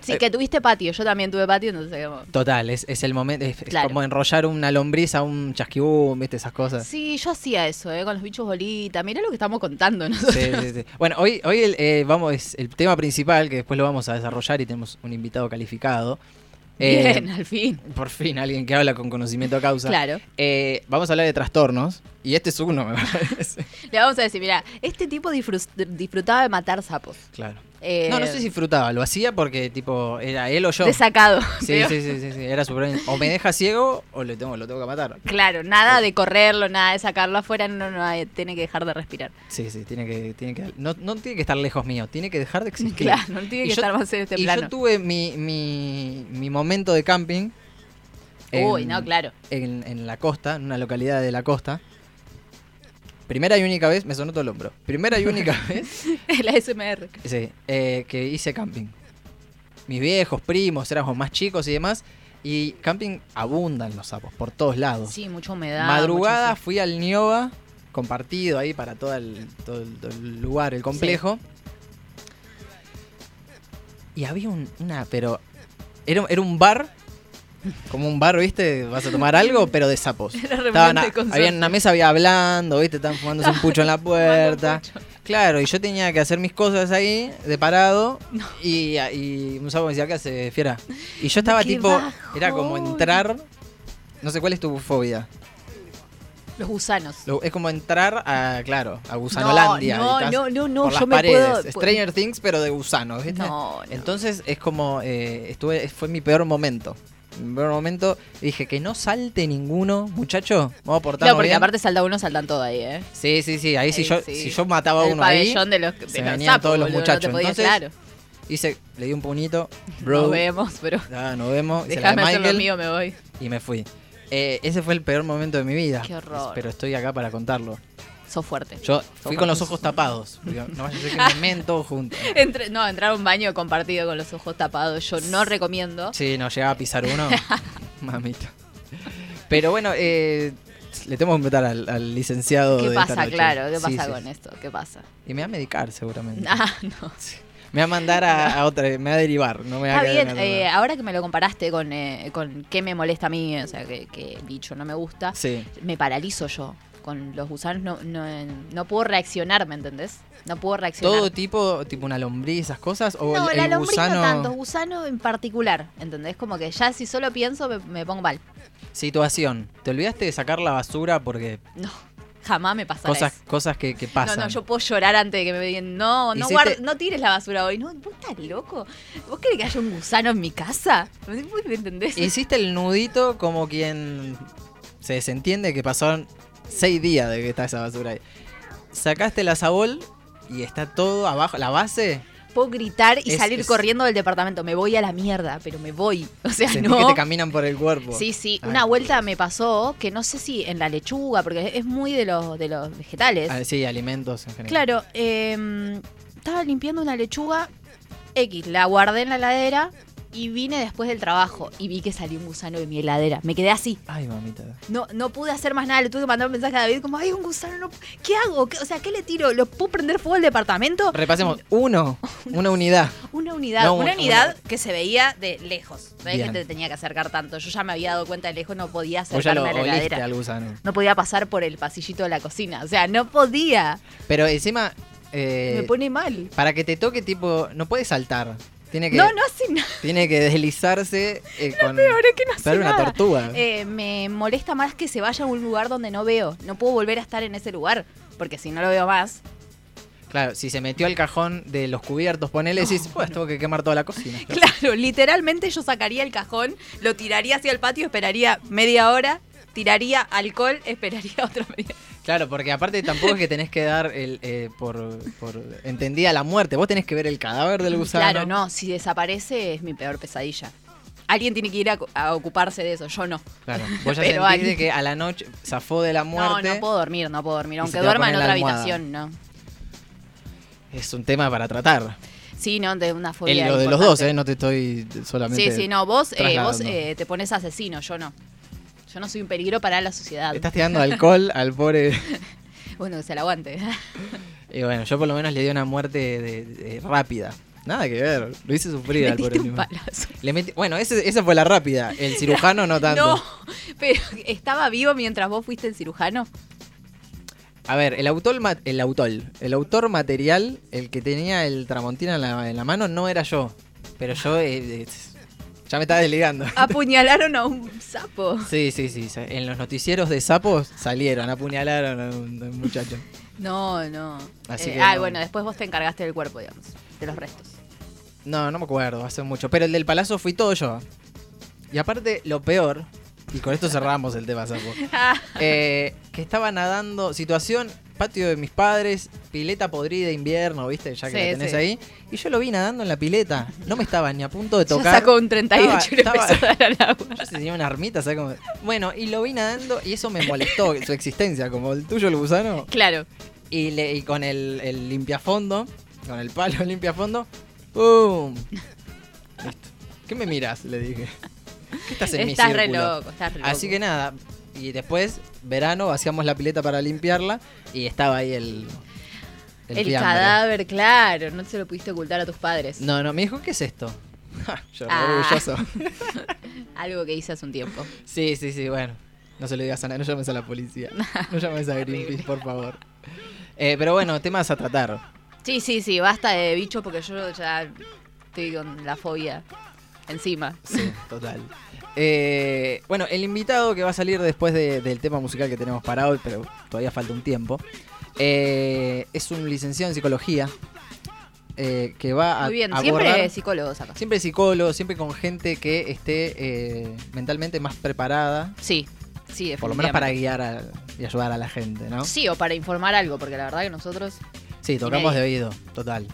Speaker 2: Sí, que tuviste patio, yo también tuve patio, entonces como-
Speaker 1: Total, es, es el momento, es, es
Speaker 2: Claro.
Speaker 1: como enrollar una lombriz a un chasquibum, viste, esas cosas.
Speaker 2: Sí, yo hacía eso, ¿eh? con los bichos bolita. Mirá lo que estamos contando nosotros.
Speaker 1: Sí, sí, sí. Bueno, hoy, hoy el, eh, vamos, es el tema principal, que después lo vamos a desarrollar y tenemos un invitado calificado. Eh,
Speaker 2: Bien, al fin.
Speaker 1: Por fin, alguien que habla con conocimiento de causa.
Speaker 2: Claro.
Speaker 1: Eh, vamos a hablar de trastornos, y este es uno, me
Speaker 2: <laughs>
Speaker 1: parece.
Speaker 2: Le vamos a decir, mira, este tipo disfrus- disfrutaba de matar sapos.
Speaker 1: Claro.
Speaker 2: Eh,
Speaker 1: No, no sé si disfrutaba, lo hacía porque, tipo, era él o yo.
Speaker 2: De sacado.
Speaker 1: Sí,
Speaker 2: <laughs> Pero-
Speaker 1: sí, sí, sí, sí, era su problema. O me deja ciego o lo tengo, lo tengo que matar.
Speaker 2: Claro, nada de correrlo, nada de sacarlo afuera, no, no, eh, tiene que dejar de respirar.
Speaker 1: Sí, sí, tiene que, tiene que no, no tiene que estar lejos mío, tiene que dejar de existir.
Speaker 2: Claro, no tiene
Speaker 1: Y
Speaker 2: que
Speaker 1: yo-
Speaker 2: estar más en este
Speaker 1: y
Speaker 2: plano.
Speaker 1: yo tuve mi, mi, mi momento de camping.
Speaker 2: Uy,
Speaker 1: en-
Speaker 2: no, claro. <laughs>
Speaker 1: En, en la costa, en una localidad de la costa. Primera y única vez, me sonó todo el hombro. Primera y
Speaker 2: <laughs>
Speaker 1: única vez
Speaker 2: La SMR.
Speaker 1: sí, eh, que hice camping. Mis viejos, primos, éramos más chicos y demás. Y camping abundan los sapos, por todos lados.
Speaker 2: Sí, mucha humedad.
Speaker 1: Madrugada
Speaker 2: mucho-
Speaker 1: fui al Niova, compartido ahí para todo el, todo el- todo el lugar, el complejo. Y había un- una, pero era, era un bar, como un bar, ¿viste? Vas a tomar algo, pero de sapos.
Speaker 2: <laughs> Era realmente
Speaker 1: Estaban a-
Speaker 2: con
Speaker 1: había
Speaker 2: sal-
Speaker 1: en una mesa, había hablando, ¿viste? Estaban fumándose un pucho en
Speaker 2: <laughs>
Speaker 1: la puerta.
Speaker 2: Fumando pucho.
Speaker 1: Claro, y yo tenía que hacer mis cosas ahí, de
Speaker 2: <laughs>
Speaker 1: parado, y, y un sapo me decía, ¿qué hace, fiera? Y yo estaba
Speaker 2: Qué
Speaker 1: tipo, era como
Speaker 2: bajón.
Speaker 1: entrar, no sé cuál es tu fobia.
Speaker 2: Los gusanos.
Speaker 1: Lo- Es como entrar a, claro, a Gusanolandia.
Speaker 2: No,
Speaker 1: y estás
Speaker 2: no, no, no,
Speaker 1: por
Speaker 2: yo
Speaker 1: las
Speaker 2: me
Speaker 1: paredes.
Speaker 2: puedo-
Speaker 1: Stranger Things, pero de gusanos, ¿viste?
Speaker 2: No, no.
Speaker 1: Entonces es como, eh, estuve, fue mi peor momento. Mi peor momento, dije que no salte ninguno, muchacho, vamos a portarnos
Speaker 2: Claro, porque
Speaker 1: bien.
Speaker 2: aparte salta uno, saltan todo ahí, ¿eh?
Speaker 1: Sí, sí, sí, ahí si,
Speaker 2: Ahí
Speaker 1: yo,
Speaker 2: sí.
Speaker 1: si yo mataba a
Speaker 2: El
Speaker 1: uno ahí,
Speaker 2: pabellón de los, de
Speaker 1: se
Speaker 2: los
Speaker 1: venían
Speaker 2: sapos,
Speaker 1: todos los
Speaker 2: boludo, no te
Speaker 1: muchachos.
Speaker 2: podías-
Speaker 1: Entonces,
Speaker 2: claro,
Speaker 1: hice, le di un puñito,
Speaker 2: <laughs> nos
Speaker 1: bro,
Speaker 2: vemos, pero
Speaker 1: ah, nos vemos, hice la de
Speaker 2: déjame hacer lo
Speaker 1: Michael,
Speaker 2: mío, me voy.
Speaker 1: y me fui. Eh, ese fue el peor momento de mi vida.
Speaker 2: Qué horror.
Speaker 1: Pero estoy acá para contarlo.
Speaker 2: Sos fuerte.
Speaker 1: Yo fui con los ojos tapados. porque No vaya a ser que me meen todos
Speaker 2: <laughs>
Speaker 1: juntos.
Speaker 2: <laughs> Entre- no, entrar a un baño compartido con los ojos tapados, yo no recomiendo.
Speaker 1: Sí, no, llegaba a pisar
Speaker 2: <laughs>
Speaker 1: uno. Mamita. Pero bueno, eh, le tengo que preguntar al, al licenciado.
Speaker 2: ¿Qué
Speaker 1: de esta
Speaker 2: pasa,
Speaker 1: noche.
Speaker 2: claro? ¿Qué
Speaker 1: Sí,
Speaker 2: pasa
Speaker 1: sí,
Speaker 2: con
Speaker 1: sí.
Speaker 2: esto? ¿Qué pasa? <laughs>
Speaker 1: Y me va a medicar seguramente.
Speaker 2: Ah, no.
Speaker 1: Me va a mandar
Speaker 2: <laughs>
Speaker 1: a, a otra, me va a derivar. No me va
Speaker 2: Está
Speaker 1: a quedar
Speaker 2: bien,
Speaker 1: en la
Speaker 2: eh,
Speaker 1: otra.
Speaker 2: ahora que me lo comparaste con, eh, con qué me molesta a mí, o sea, que, que bicho no me gusta,
Speaker 1: Sí.
Speaker 2: me paralizo yo. Con los gusanos no, no, no puedo reaccionar, ¿me entendés? No puedo reaccionar.
Speaker 1: ¿Todo tipo, tipo una lombriz, esas cosas? ¿O
Speaker 2: no,
Speaker 1: el,
Speaker 2: la
Speaker 1: el
Speaker 2: lombriz
Speaker 1: gusano?
Speaker 2: no tanto, gusano en particular, ¿entendés? Como que ya si solo pienso me, me pongo mal.
Speaker 1: Situación. ¿Te olvidaste de sacar la basura porque
Speaker 2: No, jamás me pasará
Speaker 1: cosas,
Speaker 2: eso.
Speaker 1: cosas que, que
Speaker 2: No,
Speaker 1: pasan?
Speaker 2: no, yo puedo llorar antes de que me digan, no, no,
Speaker 1: Hiciste-
Speaker 2: guard- no tires la basura hoy. No, vos estás loco. ¿Vos querés que haya un gusano en mi casa? ¿Vos ¿Me entendés?
Speaker 1: Hiciste el nudito como quien se desentiende que pasaron seis días de que está esa basura ahí. Sacaste la sabol y está todo abajo, la base.
Speaker 2: <laughs> Puedo gritar y
Speaker 1: Es-
Speaker 2: salir
Speaker 1: es-
Speaker 2: corriendo del departamento. Me voy a la mierda, pero me voy. <laughs> O sea,
Speaker 1: Sentí
Speaker 2: no.
Speaker 1: que te caminan por el cuerpo.
Speaker 2: Sí, sí.
Speaker 1: Ay.
Speaker 2: Una vuelta me pasó que no sé si en la lechuga, porque es muy de los, de los vegetales.
Speaker 1: Ah, sí, alimentos en general.
Speaker 2: Claro, eh, estaba limpiando una lechuga X, la guardé en la heladera y vine después del trabajo y vi que salió un gusano de mi heladera. Me quedé así.
Speaker 1: Ay, mamita.
Speaker 2: No, no pude hacer más nada, le tuve que mandar un mensaje a David como, ay, un gusano, no- ¿qué hago? ¿Qué- o sea, ¿qué le tiro? ¿Lo puedo prender fuego al departamento?
Speaker 1: Repasemos.
Speaker 2: <laughs>
Speaker 1: Uno, una unidad.
Speaker 2: Una unidad,
Speaker 1: No,
Speaker 2: una
Speaker 1: un-
Speaker 2: unidad que se veía de lejos. No es que
Speaker 1: Bien.
Speaker 2: te tenía que acercar tanto. Yo ya me había dado cuenta de lejos, no podía
Speaker 1: Vos ya
Speaker 2: acercarme
Speaker 1: lo
Speaker 2: a la
Speaker 1: oliste
Speaker 2: heladera.
Speaker 1: al gusano.
Speaker 2: No podía pasar por el pasillito de la cocina. O sea, no podía.
Speaker 1: Pero encima, eh,
Speaker 2: me pone mal.
Speaker 1: para que te toque, tipo, no puede saltar. Tiene que,
Speaker 2: No, no hace nada.
Speaker 1: tiene que deslizarse eh, con.
Speaker 2: Ahora que no hace
Speaker 1: Pero una
Speaker 2: nada.
Speaker 1: tortuga.
Speaker 2: Eh, me molesta más que se vaya a un lugar donde no veo. No puedo volver a estar en ese lugar. Porque si no lo veo más.
Speaker 1: Claro, si se metió al cajón de los cubiertos, ponele, decís, pues tengo que quemar toda la cocina.
Speaker 2: <laughs> Claro, literalmente yo sacaría el cajón, lo tiraría hacia el patio, esperaría media hora, tiraría alcohol, esperaría <laughs> otra media
Speaker 1: Claro, porque aparte tampoco es que tenés que dar el, eh, por, por entendida la muerte, vos tenés que ver el cadáver del gusano.
Speaker 2: Claro, no, si desaparece es mi peor pesadilla. Alguien tiene que ir a, a ocuparse de eso, yo no.
Speaker 1: Claro, vos ya
Speaker 2: <laughs> Pero
Speaker 1: sentís
Speaker 2: ahí-
Speaker 1: de que a la noche zafó de la muerte.
Speaker 2: No, no puedo dormir, no puedo dormir.
Speaker 1: Y se te
Speaker 2: Aunque
Speaker 1: va a
Speaker 2: duerma en
Speaker 1: poner
Speaker 2: otra
Speaker 1: la almohada.
Speaker 2: habitación, no.
Speaker 1: Es un tema para tratar.
Speaker 2: Sí, no, de una
Speaker 1: El,
Speaker 2: fobia.
Speaker 1: lo de los
Speaker 2: importante.
Speaker 1: dos, ¿eh? No te estoy solamente...
Speaker 2: Sí, sí, no, vos, eh, vos
Speaker 1: trasladando.
Speaker 2: eh, te pones asesino, yo no. Yo no soy un peligro para la sociedad.
Speaker 1: Le Estás tirando alcohol al pobre... <laughs>
Speaker 2: Bueno, que se la aguante. <laughs>
Speaker 1: Y bueno, yo por lo menos le di una muerte de- de- rápida. Nada que ver, lo hice sufrir al
Speaker 2: Metiste
Speaker 1: pobre
Speaker 2: un
Speaker 1: animal.
Speaker 2: palazo.
Speaker 1: Le metí- Bueno, ese- esa fue la rápida. El cirujano no tanto.
Speaker 2: <laughs> No, pero estaba vivo mientras vos fuiste el cirujano.
Speaker 1: A ver, el autor, ma- el autor, el autor material, el que tenía el Tramontina en la, en la mano, no era yo. Pero yo eh, eh, ya me estaba desligando.
Speaker 2: Apuñalaron a un sapo.
Speaker 1: Sí, sí, sí. sa- En los noticieros de sapos salieron, apuñalaron a un, a un muchacho.
Speaker 2: No, no.
Speaker 1: Así
Speaker 2: Eh,
Speaker 1: que
Speaker 2: ah,
Speaker 1: no.
Speaker 2: bueno, después vos te encargaste del cuerpo, digamos, de los restos.
Speaker 1: No, no me acuerdo, hace mucho. Pero el del palazo fui todo yo. Y aparte, lo peor, y con esto cerramos el tema sapo.
Speaker 2: Ah.
Speaker 1: eh, que estaba nadando, situación, patio de mis padres, pileta podrida de invierno, viste, ya que
Speaker 2: Sí,
Speaker 1: la tenés
Speaker 2: sí.
Speaker 1: ahí. Y yo lo vi nadando en la pileta. No me estaba ni a punto
Speaker 2: <laughs>
Speaker 1: de
Speaker 2: Yo
Speaker 1: tocar.
Speaker 2: sacó un 38 y le
Speaker 1: Estaba-
Speaker 2: empezó a dar al agua.
Speaker 1: Yo tenía una armita, ¿sabes cómo? Bueno, y lo vi nadando y eso me molestó, su existencia, como el tuyo, el gusano.
Speaker 2: Claro.
Speaker 1: Y, le- y con el, el limpiafondo, con el palo <laughs> limpiafondo, ¡pum! Listo. ¿Qué me miras? Le dije. ¿Qué estás en mi
Speaker 2: Estás re
Speaker 1: círculo?
Speaker 2: loco, estás re loco.
Speaker 1: Así que nada, y después, verano, vaciamos la pileta para limpiarla y estaba ahí el.
Speaker 2: El,
Speaker 1: fiambre. Mm.
Speaker 2: cadáver, claro, no se lo pudiste ocultar a tus padres.
Speaker 1: No, no, me dijo, ¿qué es esto? Ja, <laughs> Yo, re
Speaker 2: Ah.
Speaker 1: orgulloso.
Speaker 2: Algo que hice hace un tiempo.
Speaker 1: Sí, sí, sí, bueno. No se lo digas a nadie, no llames a la policía. No llames
Speaker 2: <laughs>
Speaker 1: a Greenpeace, por favor. Eh, pero bueno, temas a tratar.
Speaker 2: Sí, sí, sí, basta de bichos porque yo ya estoy con la fobia encima.
Speaker 1: Sí, total. Eh, bueno, el invitado que va a salir después de- del tema musical que tenemos para hoy, pero todavía falta un tiempo, eh, es un licenciado en psicología eh, que va a
Speaker 2: Muy bien,
Speaker 1: abordar...
Speaker 2: siempre psicólogos acá.
Speaker 1: Siempre psicólogo, siempre con gente que esté eh, mentalmente más preparada,
Speaker 2: Sí, sí, definitivamente.
Speaker 1: por lo menos para guiar a- y ayudar a la gente, ¿no?
Speaker 2: Sí, o para informar algo, porque la verdad que nosotros...
Speaker 1: Sí, tocamos de oído, total.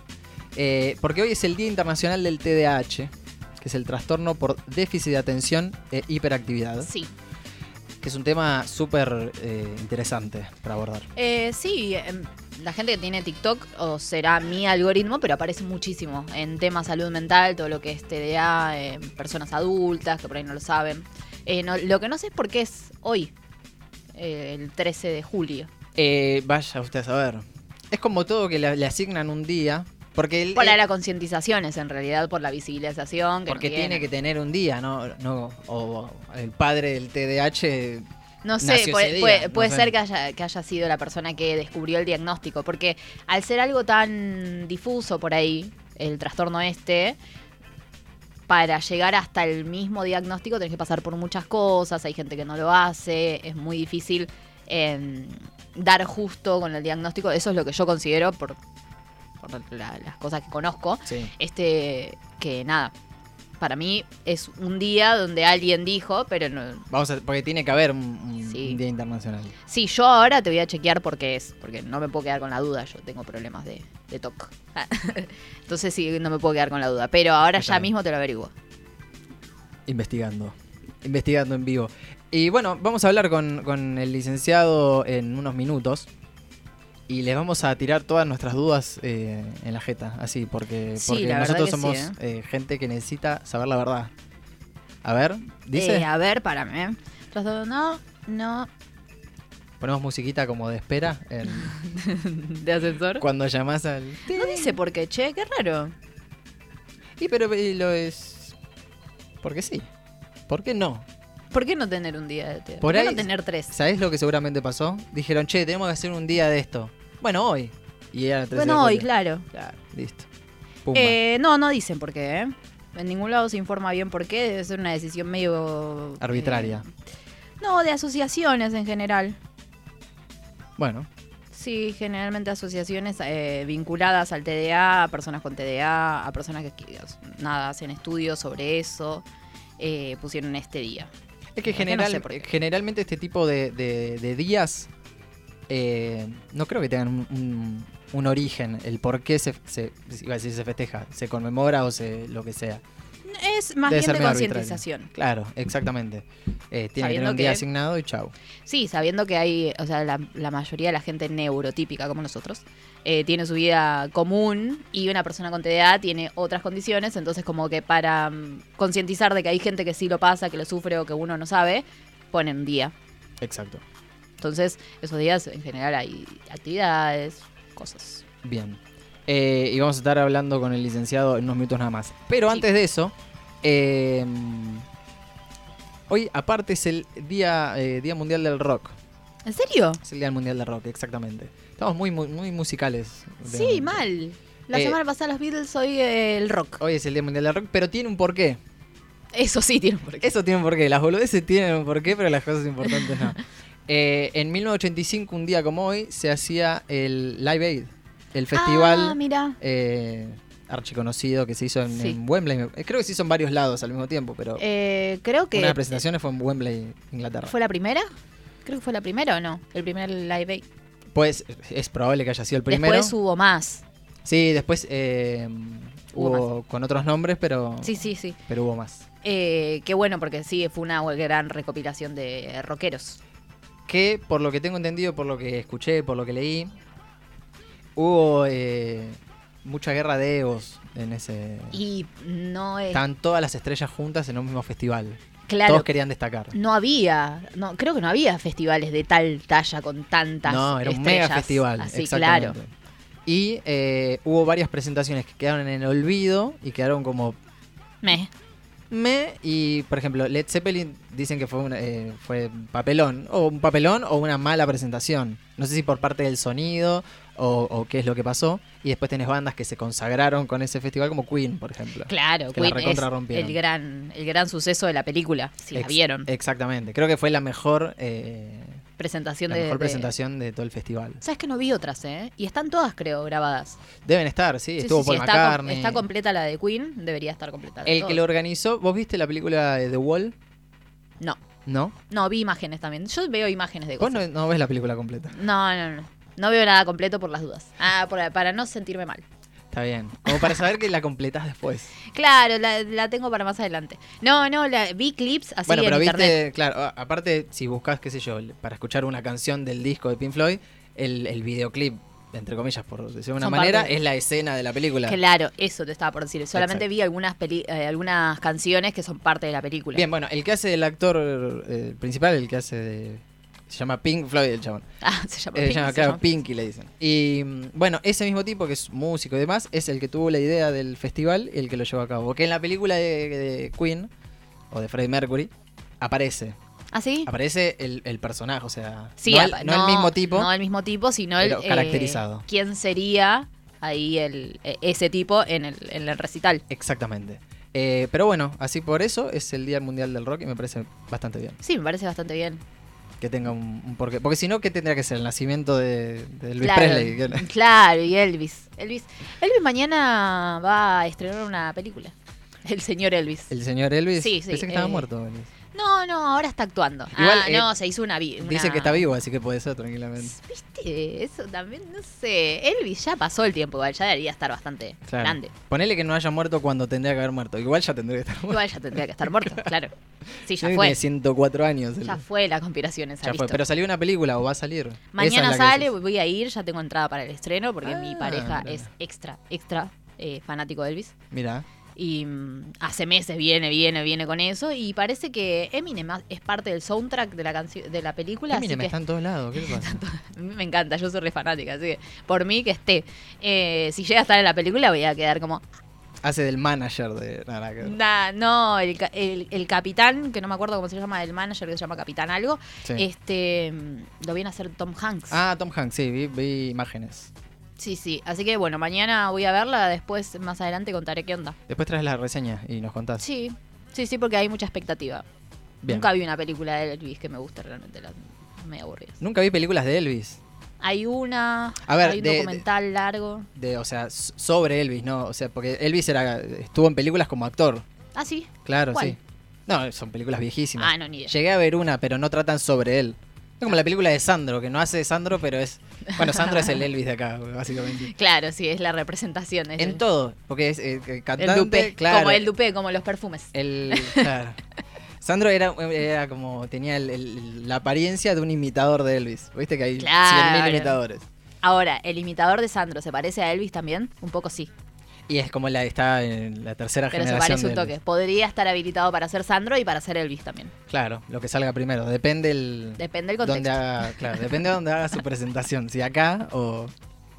Speaker 1: Eh, porque hoy es el Día Internacional del TDAH, que es el trastorno por déficit de atención e hiperactividad,
Speaker 2: Sí.
Speaker 1: que es un tema súper eh, interesante para abordar.
Speaker 2: Eh, sí, em, la gente que tiene TikTok o será mi algoritmo, pero aparece muchísimo en temas salud mental, todo lo que es TDA, em, personas adultas que por ahí no lo saben. Eh, no- lo que no sé es por qué es hoy, eh, el 13 de julio.
Speaker 1: Eh, vaya usted a saber. Es como todo que le, le asignan un día, porque el,
Speaker 2: Por
Speaker 1: el-
Speaker 2: la concientización es en realidad, por la visibilización. Que
Speaker 1: porque
Speaker 2: no
Speaker 1: tiene que tener un día, ¿no? no o, o el padre del TDAH
Speaker 2: No sé,
Speaker 1: nació
Speaker 2: puede,
Speaker 1: ese día,
Speaker 2: puede-
Speaker 1: no
Speaker 2: puede
Speaker 1: sé.
Speaker 2: ser que haya, que haya sido la persona que descubrió el diagnóstico, porque al ser algo tan difuso por ahí, el trastorno este, para llegar hasta el mismo diagnóstico tenés que pasar por muchas cosas, hay gente que no lo hace, es muy difícil eh, dar justo con el diagnóstico, eso es lo que yo considero por, por la- las cosas que conozco,
Speaker 1: Sí.
Speaker 2: este que nada. Para mí es un día donde alguien dijo, pero no,
Speaker 1: Vamos a- porque tiene que haber un, un-
Speaker 2: Sí.
Speaker 1: un día internacional.
Speaker 2: Sí, yo ahora te voy a chequear porque es, porque no me puedo quedar con la duda, yo tengo problemas de, de <laughs> TOC. Entonces sí, no me puedo quedar con la duda, pero ahora
Speaker 1: Está
Speaker 2: ya
Speaker 1: bien.
Speaker 2: mismo te lo averiguo.
Speaker 1: Investigando. Investigando en vivo. Y bueno, vamos a hablar con, con el licenciado en unos minutos. Y les vamos a tirar todas nuestras dudas eh, en la jeta, así, porque,
Speaker 2: Sí,
Speaker 1: porque
Speaker 2: la verdad
Speaker 1: nosotros
Speaker 2: que
Speaker 1: somos
Speaker 2: sí,
Speaker 1: eh, gente que necesita saber la verdad. A ver, dice.
Speaker 2: Eh, a ver, párame. ¿eh? Trastorno, No, no.
Speaker 1: Ponemos musiquita como de espera
Speaker 2: <laughs>
Speaker 1: en-
Speaker 2: ¿De ascensor?
Speaker 1: cuando llamás al.
Speaker 2: No dice por qué, che, qué raro.
Speaker 1: Y pero y lo es. Porque sí. ¿Por qué no?
Speaker 2: ¿Por qué no tener un día de TDA?
Speaker 1: Por
Speaker 2: ¿Por qué
Speaker 1: ahí-
Speaker 2: no tener tres?
Speaker 1: ¿Sabés lo que seguramente pasó? Dijeron, che, tenemos que hacer un día de esto. Bueno, hoy. Y era el 13 de
Speaker 2: Bueno, hoy,
Speaker 1: julio.
Speaker 2: claro.
Speaker 1: Claro, listo. Pumba.
Speaker 2: Eh, no, no dicen por qué, ¿eh? En ningún lado se informa bien por qué, debe ser una decisión medio... eh,
Speaker 1: Arbitraria.
Speaker 2: no, de asociaciones en general.
Speaker 1: Bueno,
Speaker 2: Sí, generalmente asociaciones eh, vinculadas al TDA, a personas con TDA, a personas que que, nada hacen estudios sobre eso, eh, pusieron este día.
Speaker 1: es que
Speaker 2: ¿Por qué? No
Speaker 1: general,
Speaker 2: sé por qué.
Speaker 1: generalmente este tipo de, de- de días eh, no creo que tengan un, un- un origen, el por qué se, se- iba a decir se festeja, se conmemora o se lo que sea.
Speaker 2: Es más
Speaker 1: Debe
Speaker 2: bien
Speaker 1: ser
Speaker 2: de
Speaker 1: medio arbitrario.
Speaker 2: concientización.
Speaker 1: Claro, exactamente. Eh, tiene que tener
Speaker 2: Sabiendo
Speaker 1: un día
Speaker 2: que-
Speaker 1: asignado y chau.
Speaker 2: Sí, sabiendo que hay, o sea, la, la mayoría de la gente neurotípica como nosotros eh, tiene su vida común y una persona con TDA tiene otras condiciones, entonces como que para mm, concientizar de que hay gente que sí lo pasa, que lo sufre o que uno no sabe, ponen un día.
Speaker 1: Exacto.
Speaker 2: Entonces, esos días en general hay actividades, cosas.
Speaker 1: Bien. Eh, y vamos a estar hablando con el licenciado en unos minutos nada más. Pero
Speaker 2: Sí.
Speaker 1: antes de eso, eh, hoy aparte es el día, eh, día Mundial del Rock.
Speaker 2: ¿En serio?
Speaker 1: Es el Día Mundial del Rock, exactamente. Estamos muy, muy, muy musicales.
Speaker 2: Sí,
Speaker 1: realmente.
Speaker 2: mal. La
Speaker 1: Eh,
Speaker 2: semana pasada los Beatles, hoy eh, el rock.
Speaker 1: Hoy es el Día Mundial del Rock, pero tiene un porqué.
Speaker 2: Eso sí tiene un porqué.
Speaker 1: Eso tiene un porqué. Las boludeces tienen un porqué, pero las cosas importantes
Speaker 2: <laughs>
Speaker 1: no. Eh, en 1985, un día como hoy, se hacía el Live Aid, el
Speaker 2: Ah,
Speaker 1: festival
Speaker 2: mira.
Speaker 1: eh, archiconocido que se hizo en,
Speaker 2: Sí.
Speaker 1: en Wembley. Eh, Creo que se hizo en varios lados al mismo tiempo, pero
Speaker 2: Eh, creo que
Speaker 1: una de las presentaciones fue en Wembley, Inglaterra.
Speaker 2: fue la primera. Creo que fue la primera o no. El primer live Aid.
Speaker 1: Pues es probable que haya sido el primero.
Speaker 2: Después hubo más.
Speaker 1: Sí, después eh,
Speaker 2: Hubo
Speaker 1: hubo con otros nombres, pero,
Speaker 2: Sí, sí, sí.
Speaker 1: pero hubo más.
Speaker 2: Eh, qué bueno, porque sí, fue una gran recopilación de rockeros.
Speaker 1: que por lo que tengo entendido, por lo que escuché, por lo que leí, hubo eh, mucha guerra de egos en ese...
Speaker 2: Y no es.
Speaker 1: Estaban todas las estrellas juntas en un mismo festival.
Speaker 2: Claro.
Speaker 1: Todos querían destacar.
Speaker 2: No había, no, creo que no había festivales de tal talla con tantas.
Speaker 1: No, era un
Speaker 2: estrellas.
Speaker 1: mega festival.
Speaker 2: Así, claro.
Speaker 1: exactamente. Y eh, hubo varias presentaciones que quedaron en el olvido y quedaron como
Speaker 2: Meh.
Speaker 1: me. Y, por ejemplo, Led Zeppelin dicen que fue, una, eh, fue papelón. O un papelón o una mala presentación. No sé si por parte del sonido o, o qué es lo que pasó. Y después tenés bandas que se consagraron con ese festival, como Queen, por ejemplo.
Speaker 2: Claro,
Speaker 1: Que la
Speaker 2: Queen es
Speaker 1: recontra rompieron.
Speaker 2: el gran, el gran suceso de la película, si la
Speaker 1: Ex- eh,
Speaker 2: vieron.
Speaker 1: Exactamente. Creo que fue la mejor, eh,
Speaker 2: presentación
Speaker 1: la
Speaker 2: de,
Speaker 1: mejor
Speaker 2: de-
Speaker 1: presentación de todo el festival.
Speaker 2: Sabes que no vi otras, ¿eh? Y están todas, creo, grabadas.
Speaker 1: Deben estar, sí.
Speaker 2: Sí,
Speaker 1: Estuvo
Speaker 2: sí, sí,
Speaker 1: Paul
Speaker 2: está, com-
Speaker 1: McCartney.
Speaker 2: está completa la de Queen, debería estar completa.
Speaker 1: el que lo organizó, ¿vos viste la película de The Wall?
Speaker 2: No,
Speaker 1: ¿No?
Speaker 2: no, vi imágenes también. Yo veo imágenes de
Speaker 1: Vos
Speaker 2: cosas.
Speaker 1: no, no ves la película completa.
Speaker 2: No, no, no. No veo nada completo por las dudas. Ah, por- para no sentirme mal.
Speaker 1: Está bien. Como para saber que la completás después.
Speaker 2: Claro, la, la tengo para más adelante. No, no, la, vi clips así
Speaker 1: bueno,
Speaker 2: en
Speaker 1: pero
Speaker 2: internet.
Speaker 1: viste, claro, a- aparte, si buscas, qué sé yo, el- para escuchar una canción del disco de Pink Floyd, el, el videoclip, entre comillas, por decirlo de una
Speaker 2: Son
Speaker 1: manera,
Speaker 2: parte de-
Speaker 1: es la escena de la película.
Speaker 2: Claro, eso te estaba por decir. Solamente
Speaker 1: Exacto.
Speaker 2: vi algunas peli- eh, algunas canciones que son parte de la película.
Speaker 1: Bien, bueno, el que hace el actor eh, principal, el que hace de- Se llama Pink Floyd, el chabón.
Speaker 2: <laughs> Ah, se llama.
Speaker 1: Eh,
Speaker 2: Pink,
Speaker 1: se llama,
Speaker 2: se
Speaker 1: claro,
Speaker 2: llama.
Speaker 1: Pinky le dicen. Y mm, bueno, ese mismo tipo que es músico y demás, es el que tuvo la idea del festival y el que lo llevó a cabo. Que en la película de, de Queen, o de Freddie Mercury, aparece.
Speaker 2: ¿Ah, sí?
Speaker 1: Aparece el, el personaje, o sea,
Speaker 2: Sí,
Speaker 1: no, el,
Speaker 2: apa-
Speaker 1: no el mismo tipo.
Speaker 2: No el mismo tipo, sino el. eh,
Speaker 1: pero caracterizado.
Speaker 2: ¿Quién sería ahí el, eh, ese tipo en el, en el recital?
Speaker 1: Exactamente. Eh, pero bueno, así por eso es el Día Mundial del Rock y me parece bastante bien
Speaker 2: Sí, me parece bastante bien.
Speaker 1: que tenga un, un porqué. Porque si no, ¿qué tendría que ser? El nacimiento de, de Elvis
Speaker 2: claro,
Speaker 1: Presley. que-
Speaker 2: claro, y Elvis. Elvis. Elvis mañana va a estrenar una película. El señor Elvis.
Speaker 1: El señor Elvis.
Speaker 2: Sí, sí,
Speaker 1: Pensé que estaba
Speaker 2: eh,
Speaker 1: muerto. Elvis.
Speaker 2: No, no, ahora está actuando.
Speaker 1: Igual,
Speaker 2: ah,
Speaker 1: eh,
Speaker 2: no, se hizo una, vi- una-
Speaker 1: Dice que está vivo, así que puede ser tranquilamente.
Speaker 2: ¿Viste? Eso también, no sé. Elvis ya pasó el tiempo, igual, ya debería estar bastante
Speaker 1: Claro.
Speaker 2: grande.
Speaker 1: Ponele que no haya muerto cuando tendría que haber muerto. Igual ya tendría que estar muerto.
Speaker 2: Igual ya tendría que
Speaker 1: <laughs>
Speaker 2: estar muerto, claro. Sí, ya
Speaker 1: Tiene
Speaker 2: fue.
Speaker 1: 104 años. Elvis.
Speaker 2: Ya fue la conspiración esa,
Speaker 1: Ya fue.
Speaker 2: listo.
Speaker 1: Pero salió una película o va a salir. Esa
Speaker 2: Mañana
Speaker 1: es la que
Speaker 2: sale,
Speaker 1: decís.
Speaker 2: voy a ir, ya tengo entrada para el estreno porque mi
Speaker 1: Ah,
Speaker 2: pareja
Speaker 1: mirá.
Speaker 2: es extra, extra eh, fanático de Elvis.
Speaker 1: Mira.
Speaker 2: Y mm, hace meses viene, viene, viene con eso. Y parece que Eminem es parte del soundtrack de la, canción de la película. así
Speaker 1: Eminem
Speaker 2: que-
Speaker 1: está en todos lados.
Speaker 2: <laughs>
Speaker 1: ¿Qué le pasa?
Speaker 2: A mí Me encanta, yo soy re fanática, así que por mí que esté. Eh, si llega a estar en la película voy a quedar como,
Speaker 1: Hace del manager de. nada, nada que ver.
Speaker 2: "Nah, no, el, ca- el- el capitán, que no me acuerdo cómo se llama, el manager que se llama capitán algo,
Speaker 1: Sí.
Speaker 2: este mm, lo viene a hacer Tom Hanks.
Speaker 1: Ah, Tom Hanks, sí, vi, vi imágenes.
Speaker 2: Sí, sí, así que bueno, mañana voy a verla, después más adelante contaré qué onda.
Speaker 1: Después traes la reseña y nos contás.
Speaker 2: Sí, sí, sí, porque hay mucha expectativa.
Speaker 1: Bien.
Speaker 2: Nunca vi una película de Elvis que me guste realmente, las me aburridas.
Speaker 1: Nunca vi películas de Elvis.
Speaker 2: Hay una,
Speaker 1: A ver,
Speaker 2: hay un
Speaker 1: de- de-
Speaker 2: documental largo.
Speaker 1: De, o sea, s- sobre Elvis, ¿no? O sea, porque Elvis era, estuvo en películas como actor.
Speaker 2: Ah, sí,
Speaker 1: Claro,
Speaker 2: ¿Cuál?
Speaker 1: sí. No, son películas viejísimas.
Speaker 2: Ah, no, ni idea.
Speaker 1: Llegué a ver una, pero no tratan sobre él. Es como la película de Sandro, que no hace de Sandro, pero es. Bueno, Sandro
Speaker 2: <laughs>
Speaker 1: es el Elvis de acá, básicamente.
Speaker 2: claro, sí, es la representación. es el-
Speaker 1: En todo, porque es eh, eh,
Speaker 2: El
Speaker 1: cantante,
Speaker 2: Dupé,
Speaker 1: claro.
Speaker 2: como el Dupé, como los perfumes.
Speaker 1: el- claro. Sandro era, era como. tenía el- el- la apariencia de un imitador de Elvis. Viste que hay
Speaker 2: Claro.
Speaker 1: 100.000 imitadores.
Speaker 2: Ahora, el imitador de Sandro, ¿se parece a Elvis también? Un poco sí,
Speaker 1: Y es como la está en la tercera
Speaker 2: pero se
Speaker 1: generación.
Speaker 2: parece un
Speaker 1: de
Speaker 2: toque.
Speaker 1: Elvis.
Speaker 2: Podría estar habilitado para ser Sandro y para ser Elvis
Speaker 1: <laughs>
Speaker 2: también.
Speaker 1: Claro, lo que salga primero. Depende el.
Speaker 2: Depende del
Speaker 1: donde
Speaker 2: contexto.
Speaker 1: haga, claro, depende de dónde haga su presentación. Si acá o,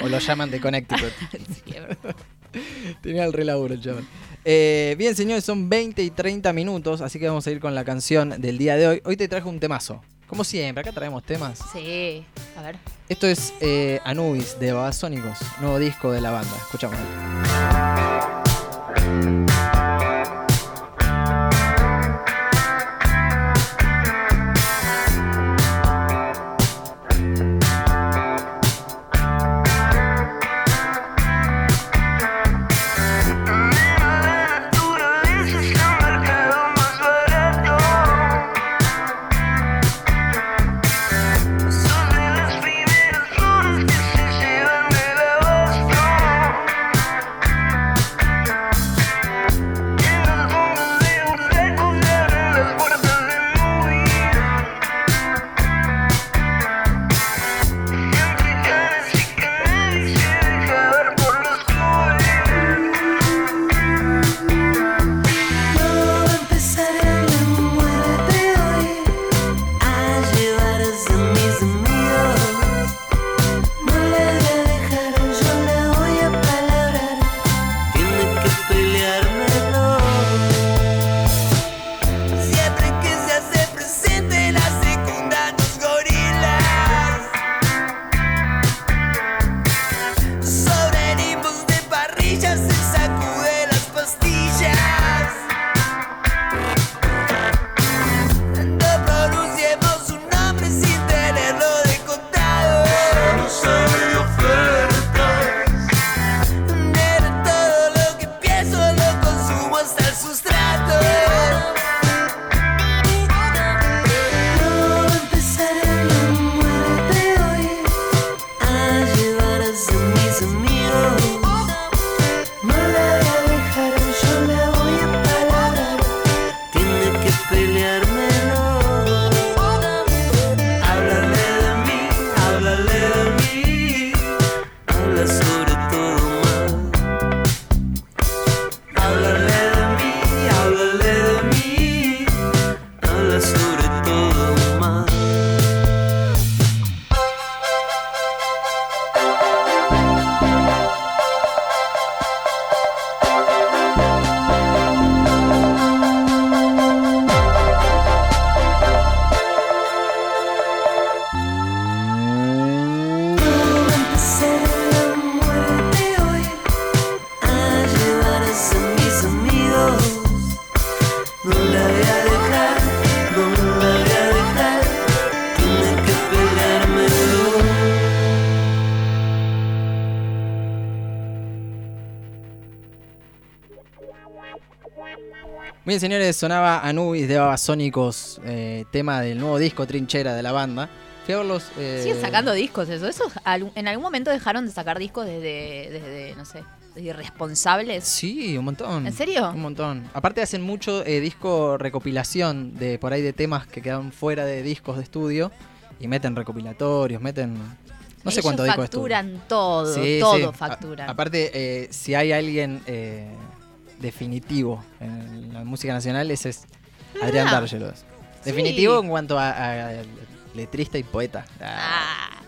Speaker 1: O lo llaman de
Speaker 2: <laughs>
Speaker 1: Connecticut.
Speaker 2: Sí, es verdad.
Speaker 1: Tenía el relaburo el chaval. Eh, bien, señores, son 20 y 30 minutos, así que vamos a ir con la canción del día de hoy. Hoy te traje un temazo. Como siempre, acá traemos temas.
Speaker 2: Sí, a ver.
Speaker 1: Esto es eh, Anubis de Babasónicos, nuevo disco de la banda. Escuchamos.
Speaker 3: La naturaleza es el mercado más barato Son de las primeras flores que se llevan del abasto En el fondo de un lago se abren las puertas del móvil Entre caras y canales se deja ver por los jóvenes
Speaker 4: Yo empezaré la muerte hoy a llevaros a mis amigos. No la voy a dejar, yo la voy a palabrar. Tiene que peleármelo. Siempre que se hace presente la secunda dos gorilas. Sobre nimbos de parrilla se sacude las pastillas. No pronunciemos un nombre sin tenerlo de contado.
Speaker 3: Sobre ofertas,
Speaker 4: Pero todo lo que pienso lo consumo hasta el sustrato. Yo empezaré la muerte hoy a llevaros a mis amigos. No la voy a dejar, yo la voy a palabrar. Tiene que peleármelo. Háblale de mí, háblale de mí, habla sobre todo mal. Háblale de mí, háblale de mí, habla sobre todo mal. Yo empezaré la muerte hoy a llevaros a mis amigos. No la voy a dejar, no la voy a dejar. Tiene que peleármelo.
Speaker 1: Bien, señores, sonaba Anubis de Babasónicos, eh, tema del nuevo disco Trinchera de la banda. Fui a verlos. eh,
Speaker 2: Siguen sacando discos, eso. Eso al- en algún momento dejaron de sacar discos desde, desde no sé, desde irresponsables.
Speaker 1: Sí, un montón.
Speaker 2: ¿En serio?
Speaker 1: Un montón. Aparte hacen mucho eh, disco recopilación de por ahí de temas que quedan fuera de discos de estudio y meten recopilatorios, meten no sé
Speaker 2: Ellos
Speaker 1: cuánto disco de estudio.
Speaker 2: Facturan todo,
Speaker 1: Sí, sí.
Speaker 2: todo
Speaker 1: A-
Speaker 2: facturan.
Speaker 1: aparte, eh, si hay alguien eh, definitivo en la música nacional, ese es Adrián
Speaker 2: verdad.
Speaker 1: Dárgelos.
Speaker 2: Ah. Sí.
Speaker 1: Definitivo en cuanto a, a letrista y poeta. Ah.
Speaker 2: Ah,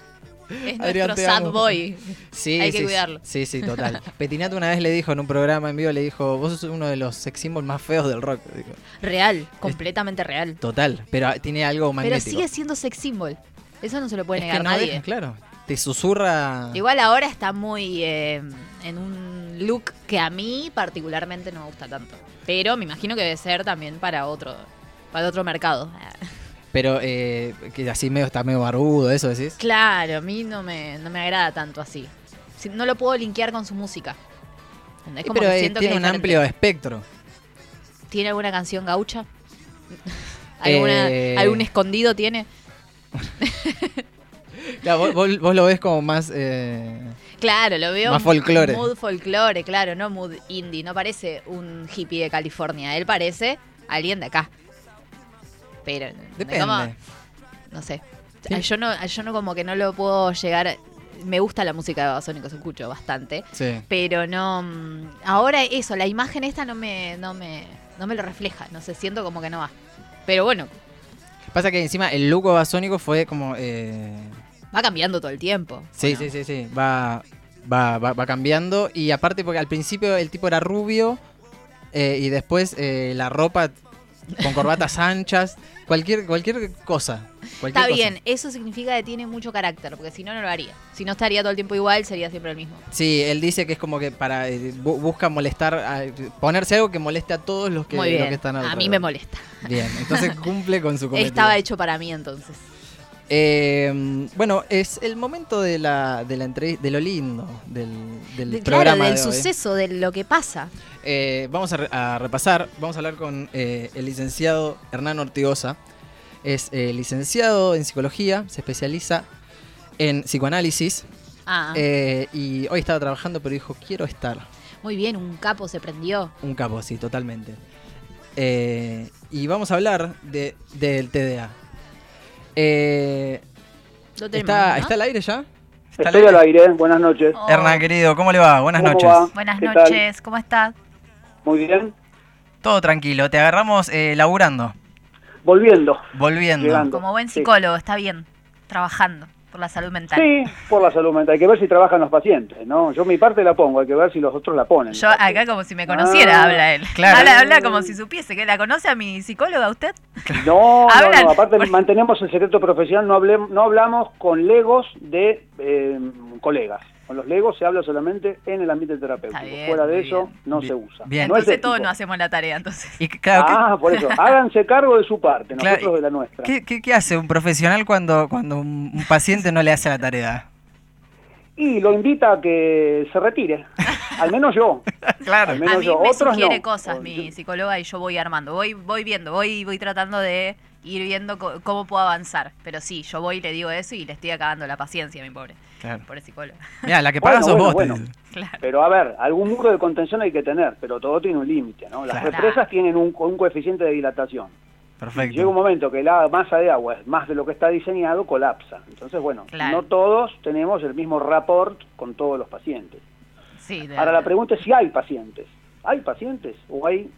Speaker 2: es
Speaker 1: Adrián,
Speaker 2: nuestro
Speaker 1: te
Speaker 2: sad
Speaker 1: amo.
Speaker 2: boy.
Speaker 1: Sí,
Speaker 2: Hay que
Speaker 1: sí,
Speaker 2: cuidarlo.
Speaker 1: Sí, sí,
Speaker 2: <laughs>
Speaker 1: total. Petinato una vez le dijo en un programa en vivo, le dijo, vos sos uno de los sex symbols más feos del rock. Dijo,
Speaker 2: Real, completamente real.
Speaker 1: total, pero ah, tiene algo
Speaker 2: Pero
Speaker 1: magnético.
Speaker 2: sigue siendo sex symbol. Eso no se lo puede
Speaker 1: Es que
Speaker 2: negar
Speaker 1: no
Speaker 2: nadie.
Speaker 1: deja- claro. Te susurra...
Speaker 2: eh. Igual ahora está muy eh, en un look que a mí particularmente no me gusta tanto. Pero me imagino que debe ser también para otro, para otro mercado. <laughs>
Speaker 1: Pero eh, que así medio está medio barbudo, eso decís.
Speaker 2: Claro, a mí no me, no me agrada tanto así. Si- No lo puedo linkear con su música. ¿Entendés?
Speaker 1: Sí,
Speaker 2: Como
Speaker 1: pero
Speaker 2: que
Speaker 1: eh,
Speaker 2: siento que
Speaker 1: tiene
Speaker 2: es
Speaker 1: un
Speaker 2: diferente.
Speaker 1: amplio espectro.
Speaker 2: ¿Tiene alguna canción gaucha? <laughs> ¿Alguna-
Speaker 1: Eh.
Speaker 2: ¿Algún escondido tiene?
Speaker 1: Claro, vos, vos- vos lo ves como más... eh,
Speaker 2: Claro, lo veo.
Speaker 1: Más folclore.
Speaker 2: Mood folclore, claro, no mood indie. No parece un hippie de California. Él parece alguien de acá. Pero. ¿entendés
Speaker 1: depende.
Speaker 2: cómo? no sé.
Speaker 1: Sí.
Speaker 2: Yo no, yo no como que no lo puedo llegar. Me gusta la música de Babasónicos, escucho bastante.
Speaker 1: Sí.
Speaker 2: Pero no. mm, Ahora eso, la imagen esta no me, no me, no me lo refleja. No sé, siento como que no va. Pero bueno,
Speaker 1: Pasa que encima el look basónico fue como... eh,
Speaker 2: va cambiando todo el tiempo.
Speaker 1: Sí,
Speaker 2: ¿o no?
Speaker 1: sí, sí, sí. Va, va, va, va cambiando. Y aparte, porque al principio el tipo era rubio eh, y después eh, la ropa con
Speaker 2: <laughs>
Speaker 1: corbatas anchas, cualquier, cualquier cosa. cualquier
Speaker 2: Está
Speaker 1: cosa.
Speaker 2: bien, eso significa que tiene mucho carácter, porque si no, no lo haría. Si no estaría todo el tiempo igual, sería siempre el mismo.
Speaker 1: Sí, él dice que es como que para eh, bu- busca molestar, a- ponerse algo que moleste a todos los que,
Speaker 2: Muy
Speaker 1: los
Speaker 2: bien.
Speaker 1: que están
Speaker 2: a mí
Speaker 1: alrededor.
Speaker 2: me molesta.
Speaker 1: Bien,
Speaker 2: <laughs>
Speaker 1: entonces cumple con su cometido.
Speaker 2: Estaba hecho para mí entonces.
Speaker 1: Eh, bueno, es el momento de la, de la entrevista, de lo lindo del, del
Speaker 2: De-
Speaker 1: programa.
Speaker 2: claro, del
Speaker 1: de hoy.
Speaker 2: suceso, de lo que pasa.
Speaker 1: Eh, vamos a, re- a repasar, vamos a hablar con eh, el licenciado Hernán Ortigosa. Es eh, licenciado en psicología, se especializa en psicoanálisis
Speaker 2: Ah,
Speaker 1: eh, y hoy estaba trabajando pero dijo quiero estar
Speaker 2: muy bien, un capo se prendió.
Speaker 1: un capo, sí, totalmente. Eh, y vamos a hablar de, del TDA. Eh,
Speaker 2: Lo tenemos,
Speaker 1: ¿está,
Speaker 2: ¿no?
Speaker 1: ¿Está al aire ya? ¿Está al
Speaker 5: Estoy al aire, buenas noches.
Speaker 2: Oh,
Speaker 1: Hernán, querido, ¿cómo le va? Buenas
Speaker 5: ¿Cómo
Speaker 1: noches.
Speaker 5: va?
Speaker 2: Buenas
Speaker 5: ¿Qué tal?
Speaker 2: noches, ¿cómo estás?
Speaker 5: Muy bien.
Speaker 1: Todo tranquilo, te agarramos eh, laburando,
Speaker 5: Volviendo,
Speaker 1: volviendo.
Speaker 5: llegando.
Speaker 6: Como buen
Speaker 5: Sí.
Speaker 6: psicólogo, está bien, trabajando por la salud mental.
Speaker 5: Sí, por la salud mental. Hay que ver si trabajan los pacientes, ¿no? Yo mi parte la pongo, hay que ver si los otros la ponen.
Speaker 6: Yo acá como si me conociera,
Speaker 5: Ah,
Speaker 6: habla él.
Speaker 1: claro.
Speaker 6: Habla, habla como si supiese que la conoce a mi psicóloga usted.
Speaker 5: <laughs> No, no,
Speaker 6: Hablan.
Speaker 5: no. Aparte mantenemos el secreto profesional, no, hablem- no hablamos con legos de eh, colegas. Con los legos se habla solamente en el ambiente
Speaker 6: Está
Speaker 5: terapéutico.
Speaker 6: bien,
Speaker 5: Fuera de
Speaker 6: muy
Speaker 5: eso
Speaker 6: bien.
Speaker 5: no
Speaker 1: Bien,
Speaker 5: se usa.
Speaker 1: bien.
Speaker 5: No es
Speaker 6: Entonces todos
Speaker 5: ético.
Speaker 6: no hacemos la tarea, entonces.
Speaker 1: Y claro, ¿qué-
Speaker 5: Ah,
Speaker 6: <laughs>
Speaker 5: por eso. Háganse cargo de su parte,
Speaker 1: Claro,
Speaker 5: nosotros de la nuestra.
Speaker 1: ¿qué, qué- qué hace un profesional cuando, cuando un, un paciente no le hace la tarea?
Speaker 6: <laughs>
Speaker 5: Y lo invita a que
Speaker 6: <laughs>
Speaker 5: se retire. Al menos yo.
Speaker 1: Claro.
Speaker 5: Al
Speaker 6: A
Speaker 5: menos
Speaker 6: mí
Speaker 5: yo.
Speaker 6: me
Speaker 5: Otros
Speaker 6: sugiere
Speaker 5: no.
Speaker 6: cosas
Speaker 5: O-
Speaker 6: mi psicóloga y yo voy armando, voy voy viendo, voy voy tratando de ir viendo co- cómo puedo avanzar. Pero sí, yo voy y le digo eso y le estoy acabando la paciencia, mi pobre,
Speaker 1: claro.
Speaker 6: pobre psicóloga. <laughs>
Speaker 1: Mira, la que
Speaker 5: Bueno,
Speaker 1: paga sos
Speaker 5: bueno,
Speaker 1: vos. te
Speaker 5: bueno.
Speaker 1: dice.
Speaker 6: Claro.
Speaker 5: Pero a ver, algún muro de contención hay que tener, pero todo tiene un límite, ¿no? Las
Speaker 1: Claro.
Speaker 5: represas tienen un, un coeficiente de dilatación. Llega un
Speaker 1: Perfecto.
Speaker 5: momento que la masa de agua es más de lo que está diseñado, colapsa. Entonces, bueno,
Speaker 6: Claro.
Speaker 5: no todos tenemos el mismo rapport con todos los pacientes.
Speaker 6: Sí, de-
Speaker 5: Ahora la pregunta es si hay pacientes. ¿Hay pacientes o hay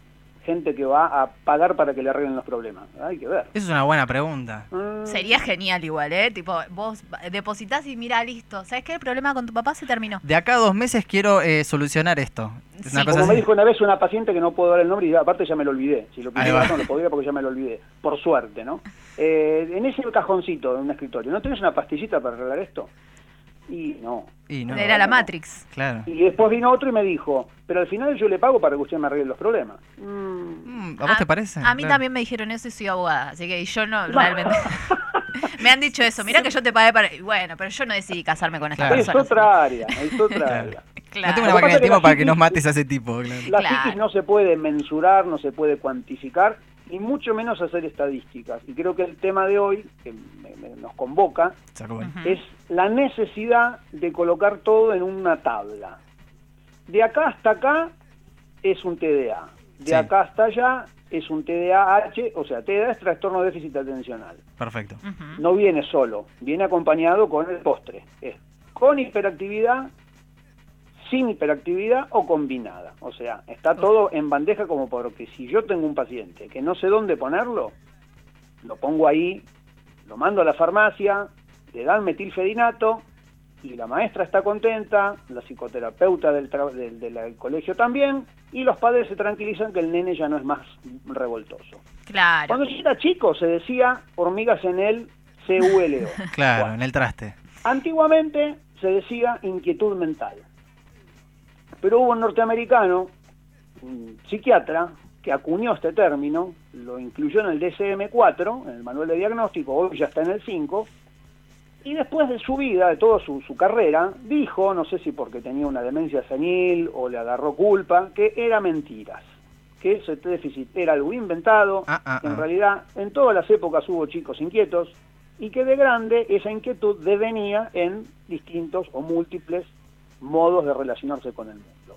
Speaker 5: gente que va a pagar para que le arreglen los problemas? Hay que ver.
Speaker 1: Esa es una buena pregunta.
Speaker 5: Mm,
Speaker 6: Sería genial igual, ¿eh? Tipo, vos depositas y mira, listo. ¿Sabes qué? El problema con tu papá se terminó.
Speaker 1: De acá a dos meses quiero eh, solucionar esto. Es una
Speaker 6: Sí,
Speaker 1: cosa
Speaker 5: Como me
Speaker 1: así.
Speaker 5: dijo una vez una paciente que no puedo dar el nombre y aparte ya me lo olvidé. Si lo
Speaker 1: Ahí va.
Speaker 5: pidiera no lo podía porque ya me lo olvidé. Por suerte, ¿no? Eh, en ese cajoncito de un escritorio, ¿no tenés una pastillita para arreglar esto? Y no.
Speaker 1: Y no,
Speaker 6: Era la
Speaker 5: no.
Speaker 6: Matrix.
Speaker 1: Claro.
Speaker 5: Y después vino otro y me dijo, pero al final yo le pago para que usted me arregle los problemas.
Speaker 1: Mm, ¿A vos te parece?
Speaker 6: A mí
Speaker 1: Claro.
Speaker 6: también me dijeron eso y soy abogada, así que yo no,
Speaker 5: <laughs>
Speaker 6: realmente. me han dicho eso, mira que yo te pagué para. y Bueno, pero yo no decidí casarme con esta
Speaker 1: Claro.
Speaker 5: es
Speaker 6: persona.
Speaker 5: otra área, es otra
Speaker 1: Claro.
Speaker 5: área.
Speaker 6: Claro.
Speaker 1: No tengo una máquina
Speaker 5: Lo que pasa
Speaker 1: del
Speaker 5: es que
Speaker 1: tiempo
Speaker 5: la
Speaker 1: para que nos
Speaker 5: psiquis-
Speaker 1: mates a ese tipo. claro.
Speaker 5: La
Speaker 6: Claro.
Speaker 5: psiquis no se puede mensurar, no se puede cuantificar y mucho menos hacer estadísticas. Y creo que el tema de hoy, que me- me- nos convoca,
Speaker 1: Sacó bueno.
Speaker 6: Ujú.
Speaker 5: es la necesidad de colocar todo en una tabla. De acá hasta acá es un TDA. De
Speaker 1: Sí.
Speaker 5: acá hasta allá es un TDAH, o sea, TDA es trastorno de déficit atencional.
Speaker 1: Perfecto.
Speaker 6: Ujú.
Speaker 5: No viene solo, viene acompañado con el postre. Es con hiperactividad, sin hiperactividad o combinada. O sea, está todo en bandeja como porque si yo tengo un paciente que no sé dónde ponerlo, lo pongo ahí, lo mando a la farmacia, le dan metilfedinato y la maestra está contenta, la psicoterapeuta del, tra- del- del- del colegio también, y los padres se tranquilizan que el nene ya no es más revoltoso.
Speaker 6: Claro.
Speaker 5: Cuando yo era chico se decía hormigas en el CULO.
Speaker 1: Claro,
Speaker 5: Bueno,
Speaker 1: en el traste.
Speaker 5: antiguamente se decía inquietud mental. Pero hubo un norteamericano, un psiquiatra, que acuñó este término, lo incluyó en el DSM-4, en el manual de diagnóstico, hoy ya está en el 5, y después de su vida, de toda su, su carrera, dijo, no sé si porque tenía una demencia senil o le agarró culpa, que era mentiras, que ese déficit era algo inventado,
Speaker 1: Ah, ah,
Speaker 5: que en
Speaker 1: ah.
Speaker 5: realidad en todas las épocas hubo chicos inquietos y que de grande esa inquietud devenía en distintos o múltiples modos de relacionarse con el mundo.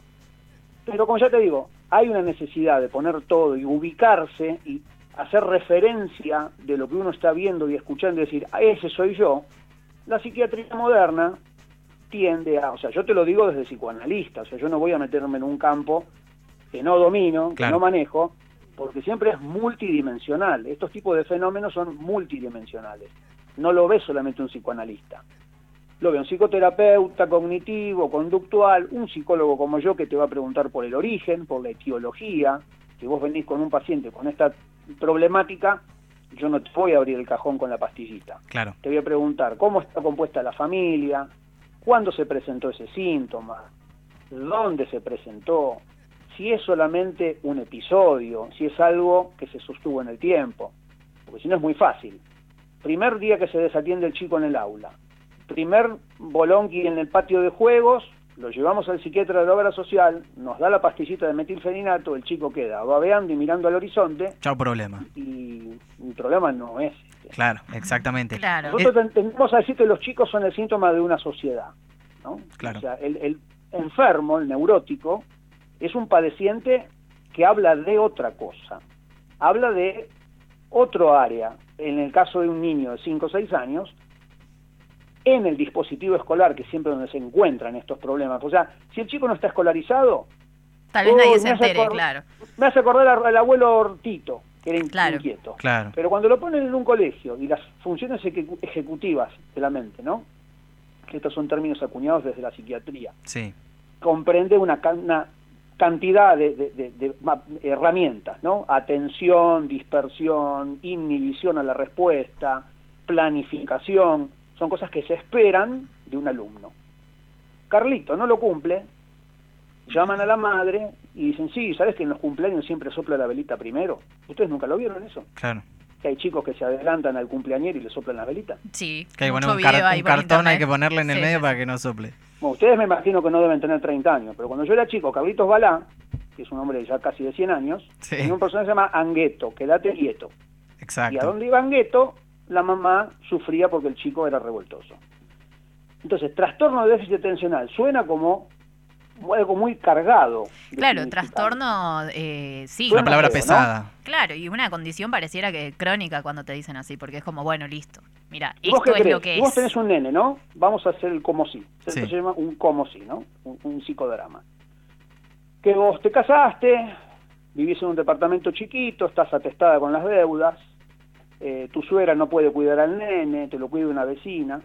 Speaker 5: Pero como ya te digo, hay una necesidad de poner todo y ubicarse y hacer referencia de lo que uno está viendo y escuchando y decir, "Ah, ese soy yo, la psiquiatría moderna tiende a, o sea, yo te lo digo desde psicoanalista, o sea, yo no voy a meterme en un campo que no domino, que
Speaker 1: Claro.
Speaker 5: no manejo, porque siempre es multidimensional. Estos tipos de fenómenos son multidimensionales. No lo ve solamente un psicoanalista. Lo veo un psicoterapeuta cognitivo, conductual, un psicólogo como yo que te va a preguntar por el origen, por la etiología. Si vos venís con un paciente con esta problemática, yo no te voy a abrir el cajón con la pastillita.
Speaker 1: Claro.
Speaker 5: Te voy a preguntar cómo está compuesta la familia, cuándo se presentó ese síntoma, dónde se presentó, si es solamente un episodio, si es algo que se sostuvo en el tiempo. Porque si no es muy fácil. Primer día que se desatiende el chico en el aula. Primer bolonqui en el patio de juegos. Lo llevamos al psiquiatra de la obra social, nos da la pastillita de metilfeninato, el chico queda babeando y mirando al horizonte
Speaker 1: Chao problema.
Speaker 5: y el problema no es este.
Speaker 1: Claro, exactamente.
Speaker 6: Claro.
Speaker 1: Eh,
Speaker 5: Nosotros tendemos a decir que los chicos son el síntoma de una sociedad. ¿no?
Speaker 1: Claro.
Speaker 5: O sea, el, el enfermo, el neurótico, es un padeciente que habla de otra cosa. Habla de otro área. En el caso de un niño de 5 o 6 años, en el dispositivo escolar, que es siempre donde se encuentran estos problemas. O sea, si el chico no está escolarizado,
Speaker 6: Tal vez
Speaker 5: Oh,
Speaker 6: nadie
Speaker 5: me
Speaker 6: se
Speaker 5: hace
Speaker 6: entere,
Speaker 5: acordar-
Speaker 6: claro.
Speaker 5: me hace acordar al- al abuelo Hortito, que era in-
Speaker 6: Claro.
Speaker 5: inquieto.
Speaker 1: Claro.
Speaker 5: Pero cuando lo ponen en un colegio y las funciones ejecu- ejecutivas de la mente, ¿no? Que estos son términos acuñados desde la psiquiatría,
Speaker 1: Sí.
Speaker 5: comprende una, ca- una cantidad de, de- de- de ma- herramientas, ¿no? Atención, dispersión, inhibición a la respuesta, planificación, son cosas que se esperan de un alumno. Carlito no lo cumple, llaman a la madre y dicen, sí, ¿sabes que en los cumpleaños siempre sopla la velita primero? ¿Ustedes nunca lo vieron eso?
Speaker 1: Claro.
Speaker 5: que hay chicos que se adelantan al cumpleañero y le soplan las velitas.
Speaker 6: Sí.
Speaker 1: Que hay que poner
Speaker 6: mucho
Speaker 1: un, car-
Speaker 6: video ahí
Speaker 1: un
Speaker 6: por
Speaker 1: cartón, hay
Speaker 6: internet.
Speaker 1: que ponerle en el
Speaker 6: Sí,
Speaker 1: medio
Speaker 6: sí,
Speaker 1: para que no sople.
Speaker 5: Bueno, ustedes me imagino que no deben tener 30 años, pero cuando yo era chico, Carlitos Balá, que es un hombre ya casi de 100 años,
Speaker 1: Sí.
Speaker 5: tenía un personaje que se llama Angueto, quédate quieto. Y a
Speaker 1: Exacto.
Speaker 5: donde iba Angueto, la mamá sufría porque el chico era revoltoso. Entonces, trastorno de déficit atencional suena como algo muy cargado. de
Speaker 6: Claro,
Speaker 5: significado.
Speaker 6: trastorno, eh, sí.
Speaker 1: Una
Speaker 5: Suena
Speaker 1: palabra
Speaker 5: feo, ¿no?
Speaker 1: pesada.
Speaker 6: Claro, y una condición pareciera que crónica cuando te dicen así, porque es como, bueno, listo. Mira,
Speaker 5: ¿Y vos
Speaker 6: esto
Speaker 5: qué
Speaker 6: es lo
Speaker 5: crees?
Speaker 6: que
Speaker 5: Y Vos
Speaker 6: es. <laughs>
Speaker 5: tenés un nene, ¿no? Vamos a hacer el como si. Esto
Speaker 1: Sí.
Speaker 5: se llama un como si, ¿no? Un, un psicodrama. Que vos te casaste, vivís en un departamento chiquito, estás atestada con las deudas, eh, tu suegra no puede cuidar al nene, te lo cuida una vecina.